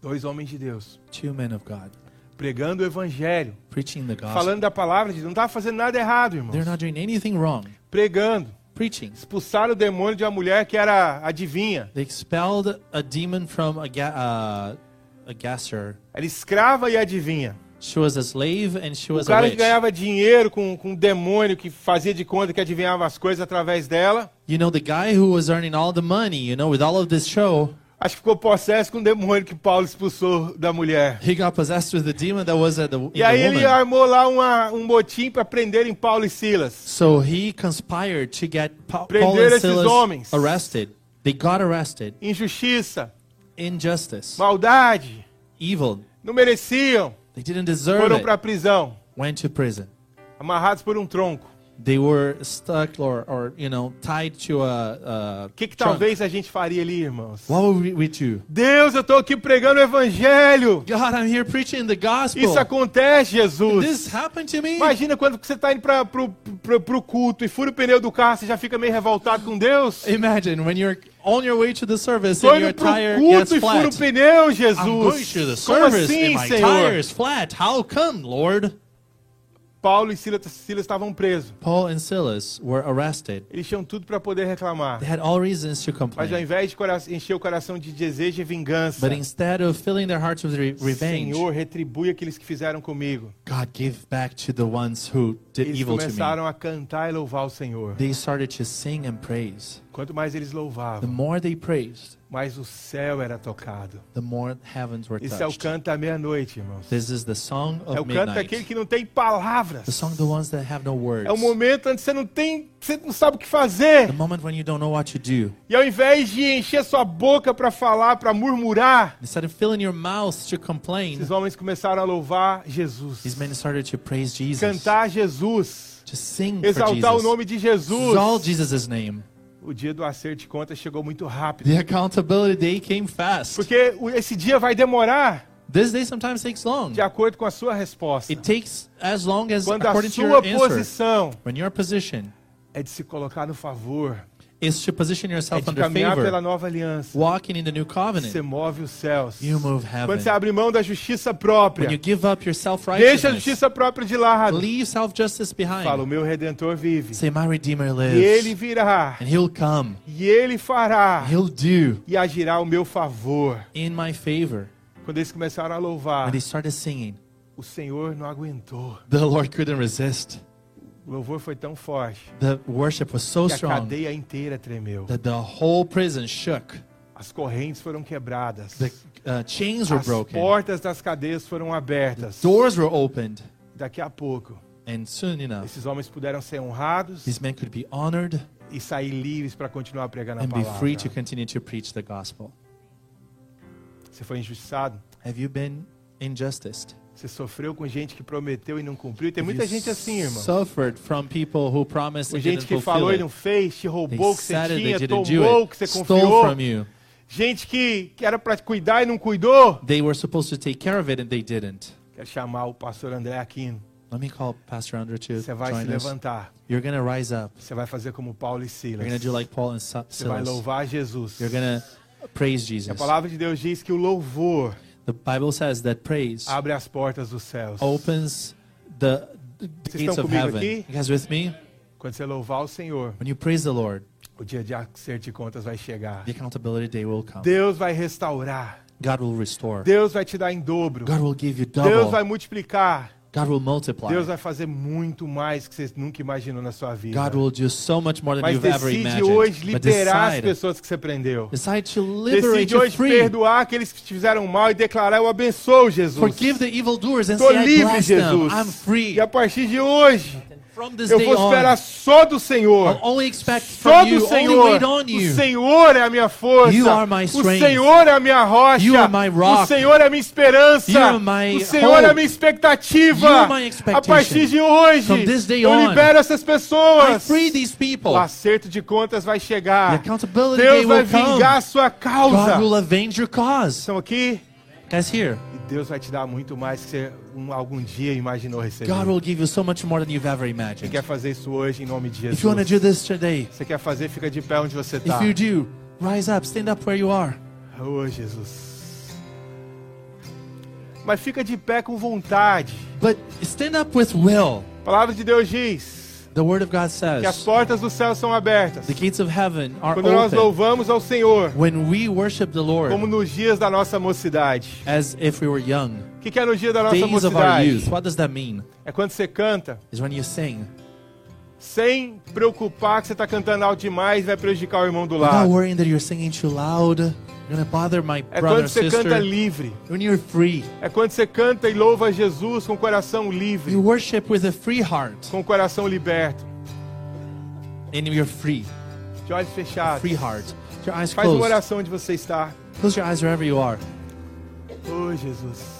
Speaker 2: Dois homens de Deus
Speaker 1: Two men of God
Speaker 2: pregando o evangelho,
Speaker 1: preaching the gospel.
Speaker 2: falando da palavra de Deus. Não estava fazendo nada errado, irmãos.
Speaker 1: They're not doing anything wrong.
Speaker 2: Pregando.
Speaker 1: Preaching.
Speaker 2: Expulsaram o demônio de uma mulher que era adivinha.
Speaker 1: They expelled a demon from a ga- uh, a gasser.
Speaker 2: Era escrava e adivinha.
Speaker 1: She was a slave and she
Speaker 2: O
Speaker 1: was a
Speaker 2: cara que
Speaker 1: witch.
Speaker 2: ganhava dinheiro com, com um demônio que fazia de conta que adivinhava as coisas através dela.
Speaker 1: You know, the guy who was earning all the money, you know, with all of this show,
Speaker 2: Acho que ficou possesso com o demônio que Paulo expulsou da mulher.
Speaker 1: he got possessed with the demon that was at the, in
Speaker 2: E aí
Speaker 1: the woman.
Speaker 2: ele armou lá uma- um motim para prenderem Paulo e Silas.
Speaker 1: So he conspired to get Pa-
Speaker 2: Prender
Speaker 1: Paul and
Speaker 2: esses
Speaker 1: Silas
Speaker 2: homens.
Speaker 1: arrested. They got arrested.
Speaker 2: Injustiça,
Speaker 1: Injustice,
Speaker 2: maldade,
Speaker 1: evil.
Speaker 2: não mereciam.
Speaker 1: They didn't deserve
Speaker 2: Foram
Speaker 1: it.
Speaker 2: para a prisão,
Speaker 1: Went to prison.
Speaker 2: amarrados por um tronco.
Speaker 1: They were stuck or, or you know, tied to a. a
Speaker 2: O que, que
Speaker 1: trunk.
Speaker 2: talvez a gente faria ali, irmãos?
Speaker 1: What would we, we do?
Speaker 2: Deus, eu estou aqui pregando o evangelho.
Speaker 1: God, I'm here preaching the gospel.
Speaker 2: Isso acontece, Jesus.
Speaker 1: This happened to me.
Speaker 2: Imagina quando você está indo para o culto e fura o pneu do carro, você já fica meio revoltado com Deus.
Speaker 1: Imagine when you're on your way to the service
Speaker 2: Estou
Speaker 1: and your
Speaker 2: indo para
Speaker 1: tire
Speaker 2: o
Speaker 1: gets
Speaker 2: culto e fura
Speaker 1: flat.
Speaker 2: o pneu,
Speaker 1: I'm going to the
Speaker 2: Jesus. Como
Speaker 1: service and
Speaker 2: assim,
Speaker 1: my tire
Speaker 2: Senhor?
Speaker 1: is flat. How come, Lord?
Speaker 2: Paulo e Silas Silas estavam presos.
Speaker 1: Paul and Silas were arrested.
Speaker 2: Eles tinham tudo para poder reclamar.
Speaker 1: They had all reasons to
Speaker 2: Mas ao
Speaker 1: complain.
Speaker 2: invés de cora- encher o coração de desejo e vingança,
Speaker 1: But instead of filling their hearts with re- revenge,
Speaker 2: Senhor, retribui aqueles que fizeram comigo.
Speaker 1: God gave back to the ones who did
Speaker 2: Eles
Speaker 1: evil to me.
Speaker 2: começaram a cantar e louvar o Senhor.
Speaker 1: They started to sing and praise.
Speaker 2: Quanto mais eles
Speaker 1: The
Speaker 2: louvavam,
Speaker 1: more they praised,
Speaker 2: mais o céu era tocado.
Speaker 1: the more heavens were
Speaker 2: Esse é o
Speaker 1: touched.
Speaker 2: canto à meia-noite, irmãos.
Speaker 1: This is the song
Speaker 2: É o
Speaker 1: of
Speaker 2: canto daquele
Speaker 1: midnight.
Speaker 2: que não tem palavras.
Speaker 1: The song the ones that have no words.
Speaker 2: É o
Speaker 1: The
Speaker 2: momento onde você não tem, você não sabe o que fazer.
Speaker 1: moment when you don't know what to do.
Speaker 2: E ao invés de encher sua boca para falar, para murmurar,
Speaker 1: Instead of filling your mouth to complain,
Speaker 2: esses homens começaram a louvar Jesus,
Speaker 1: these men started to praise Jesus,
Speaker 2: cantar Jesus,
Speaker 1: to sing for
Speaker 2: exaltar o
Speaker 1: Jesus,
Speaker 2: nome de Jesus.
Speaker 1: exalt Jesus' name.
Speaker 2: O dia do acerto de contas chegou muito rápido.
Speaker 1: The accountability day came fast.
Speaker 2: Porque o- esse dia vai demorar
Speaker 1: This day sometimes takes long.
Speaker 2: de acordo com a sua resposta.
Speaker 1: It takes as long as
Speaker 2: Quando a
Speaker 1: according to
Speaker 2: sua
Speaker 1: your answer.
Speaker 2: posição
Speaker 1: When your position
Speaker 2: é de se colocar no favor,
Speaker 1: is to position
Speaker 2: é
Speaker 1: yourself
Speaker 2: de
Speaker 1: under
Speaker 2: caminhar pela
Speaker 1: Tá favor,
Speaker 2: nova aliança,
Speaker 1: walking in the new
Speaker 2: você
Speaker 1: covenant,
Speaker 2: move os céus.
Speaker 1: you move heaven.
Speaker 2: Quando você abre mão da justiça
Speaker 1: When you
Speaker 2: própria,
Speaker 1: give up your
Speaker 2: deixa a
Speaker 1: self-righteousness,
Speaker 2: justiça própria de lado.
Speaker 1: leave self-justice
Speaker 2: Fala, o
Speaker 1: behind.
Speaker 2: meu Redentor vive.
Speaker 1: Say, my Redeemer
Speaker 2: E ele
Speaker 1: lives,
Speaker 2: virá,
Speaker 1: and he'll come,
Speaker 2: e ele fará,
Speaker 1: he'll do
Speaker 2: e agirá ao meu favor.
Speaker 1: in my favor.
Speaker 2: Quando eles começaram a louvar,
Speaker 1: When they started singing,
Speaker 2: o Senhor não aguentou.
Speaker 1: the Lord couldn't resist.
Speaker 2: O louvor foi tão forte
Speaker 1: The worship was so
Speaker 2: que E a
Speaker 1: strong
Speaker 2: cadeia inteira tremeu.
Speaker 1: that the whole prison shook.
Speaker 2: As correntes foram quebradas.
Speaker 1: The uh, chains were
Speaker 2: As
Speaker 1: broken.
Speaker 2: portas das cadeias foram abertas.
Speaker 1: Doors were opened.
Speaker 2: Daqui a pouco,
Speaker 1: And soon enough,
Speaker 2: esses homens puderam ser honrados
Speaker 1: these men could be honored
Speaker 2: e sair livres para continuar pregando a
Speaker 1: and be free to
Speaker 2: palavra.
Speaker 1: continue to preach the gospel.
Speaker 2: Você foi injustiçado.
Speaker 1: Have you been injusticed?
Speaker 2: Você sofreu com gente que prometeu e não cumpriu. Tem
Speaker 1: Have
Speaker 2: muita
Speaker 1: you
Speaker 2: gente assim, irmão.
Speaker 1: Suffered from people who promised
Speaker 2: Com
Speaker 1: and
Speaker 2: gente
Speaker 1: didn't
Speaker 2: que falou
Speaker 1: fulfill
Speaker 2: e não
Speaker 1: it.
Speaker 2: fez, te
Speaker 1: They
Speaker 2: roubou o que
Speaker 1: said
Speaker 2: você
Speaker 1: it, they
Speaker 2: tinha,
Speaker 1: didn't do
Speaker 2: tomou o que você
Speaker 1: it, stole
Speaker 2: confiou.
Speaker 1: from you.
Speaker 2: Gente que, que era para cuidar e não cuidou.
Speaker 1: They were supposed to take care of it and they didn't.
Speaker 2: Quero chamar o pastor André Aquino.
Speaker 1: Let me call Pastor Andrew to
Speaker 2: Você vai se
Speaker 1: join us.
Speaker 2: levantar.
Speaker 1: You're going to rise up.
Speaker 2: Você vai fazer como Paulo e
Speaker 1: You're
Speaker 2: Silas.
Speaker 1: going to do like Paul and Sa-
Speaker 2: Você vai
Speaker 1: Silas.
Speaker 2: louvar Jesus.
Speaker 1: You're going to praise
Speaker 2: A
Speaker 1: Jesus.
Speaker 2: palavra de Deus diz que o louvor
Speaker 1: The Bible says that praise
Speaker 2: abre as portas dos céus.
Speaker 1: opens the the
Speaker 2: Vocês
Speaker 1: gates
Speaker 2: estão
Speaker 1: of heaven.
Speaker 2: comigo aqui?
Speaker 1: You guys with me?
Speaker 2: Quando você louvar o Senhor,
Speaker 1: When you praise the Lord,
Speaker 2: o dia de acerto de contas vai chegar.
Speaker 1: the accountability day will come.
Speaker 2: Deus vai restaurar.
Speaker 1: God will restore.
Speaker 2: Deus vai te dar em dobro.
Speaker 1: God will give you
Speaker 2: Deus vai
Speaker 1: double.
Speaker 2: multiplicar.
Speaker 1: God will multiply.
Speaker 2: Deus vai fazer muito mais que você nunca imaginou na sua vida.
Speaker 1: God will do so much more than
Speaker 2: Mas
Speaker 1: you've ever
Speaker 2: decide
Speaker 1: imagined.
Speaker 2: hoje
Speaker 1: but
Speaker 2: liberar as
Speaker 1: decide,
Speaker 2: pessoas que você prendeu.
Speaker 1: decide to liberate
Speaker 2: Decide
Speaker 1: you
Speaker 2: hoje
Speaker 1: free.
Speaker 2: perdoar aqueles que te fizeram mal e declarar: Eu abençoo, Jesus.
Speaker 1: Forgive the evildoers and
Speaker 2: Estou
Speaker 1: say, I
Speaker 2: livre,
Speaker 1: bless them.
Speaker 2: Jesus.
Speaker 1: I'm free.
Speaker 2: E a partir de hoje,
Speaker 1: From this
Speaker 2: eu
Speaker 1: day
Speaker 2: vou esperar
Speaker 1: on,
Speaker 2: só do Senhor.
Speaker 1: I'll only expect
Speaker 2: Só
Speaker 1: from
Speaker 2: do
Speaker 1: you, only
Speaker 2: Senhor.
Speaker 1: wait on
Speaker 2: O
Speaker 1: you.
Speaker 2: Senhor é a minha força.
Speaker 1: You are my
Speaker 2: O
Speaker 1: strength.
Speaker 2: Senhor é a minha rocha.
Speaker 1: You are my rock.
Speaker 2: O Senhor é a minha esperança.
Speaker 1: You are my
Speaker 2: o Senhor é a
Speaker 1: hope.
Speaker 2: minha
Speaker 1: You
Speaker 2: expectativa.
Speaker 1: are my expectation.
Speaker 2: A partir de hoje,
Speaker 1: From this day
Speaker 2: eu
Speaker 1: on,
Speaker 2: libero essas
Speaker 1: I
Speaker 2: pessoas.
Speaker 1: free these people.
Speaker 2: O acerto de contas vai
Speaker 1: The
Speaker 2: chegar.
Speaker 1: accountability day
Speaker 2: Deus vai
Speaker 1: will
Speaker 2: vingar a
Speaker 1: come.
Speaker 2: sua causa.
Speaker 1: God will avenge your cause.
Speaker 2: Estão aqui?
Speaker 1: Guys, here,
Speaker 2: E Deus vai te dar muito mais que você um- algum dia imaginou receber.
Speaker 1: God will give you so much more than you've ever
Speaker 2: Você
Speaker 1: imagined.
Speaker 2: quer fazer isso hoje em nome de
Speaker 1: If you want to
Speaker 2: Jesus?
Speaker 1: do this today,
Speaker 2: Você quer fazer, fica de pé onde você tá. está.
Speaker 1: if you do, rise up, stand up where you are.
Speaker 2: Oh, Jesus. Mas fica de pé com vontade.
Speaker 1: But stand up with will.
Speaker 2: A palavra de Deus diz
Speaker 1: The Word of God
Speaker 2: que
Speaker 1: says
Speaker 2: as portas do céu são abertas.
Speaker 1: the gates of heaven are
Speaker 2: Quando nós
Speaker 1: open
Speaker 2: louvamos ao Senhor,
Speaker 1: when we worship the
Speaker 2: como
Speaker 1: Lord
Speaker 2: nos dias da nossa mocidade.
Speaker 1: as if we were young.
Speaker 2: O que que é no dia da nossa
Speaker 1: Days of our
Speaker 2: mocidade?
Speaker 1: youth. What does that mean?
Speaker 2: É quando você canta
Speaker 1: Is when you sing.
Speaker 2: sem preocupar que você está cantando alto demais e vai prejudicar o irmão do
Speaker 1: Without
Speaker 2: lado.
Speaker 1: worrying that you're singing too loud, you're gonna bother my brother
Speaker 2: É quando
Speaker 1: or
Speaker 2: você canta
Speaker 1: sister.
Speaker 2: livre.
Speaker 1: When you're free,
Speaker 2: É quando você canta e louva Jesus com o coração
Speaker 1: you
Speaker 2: livre,
Speaker 1: worship with a free heart,
Speaker 2: com o coração liberto,
Speaker 1: and you're free,
Speaker 2: de olhos fechados.
Speaker 1: free heart. Your eyes
Speaker 2: Faz uma
Speaker 1: closed.
Speaker 2: oração onde você está.
Speaker 1: Close your eyes wherever you are.
Speaker 2: Oh, Jesus.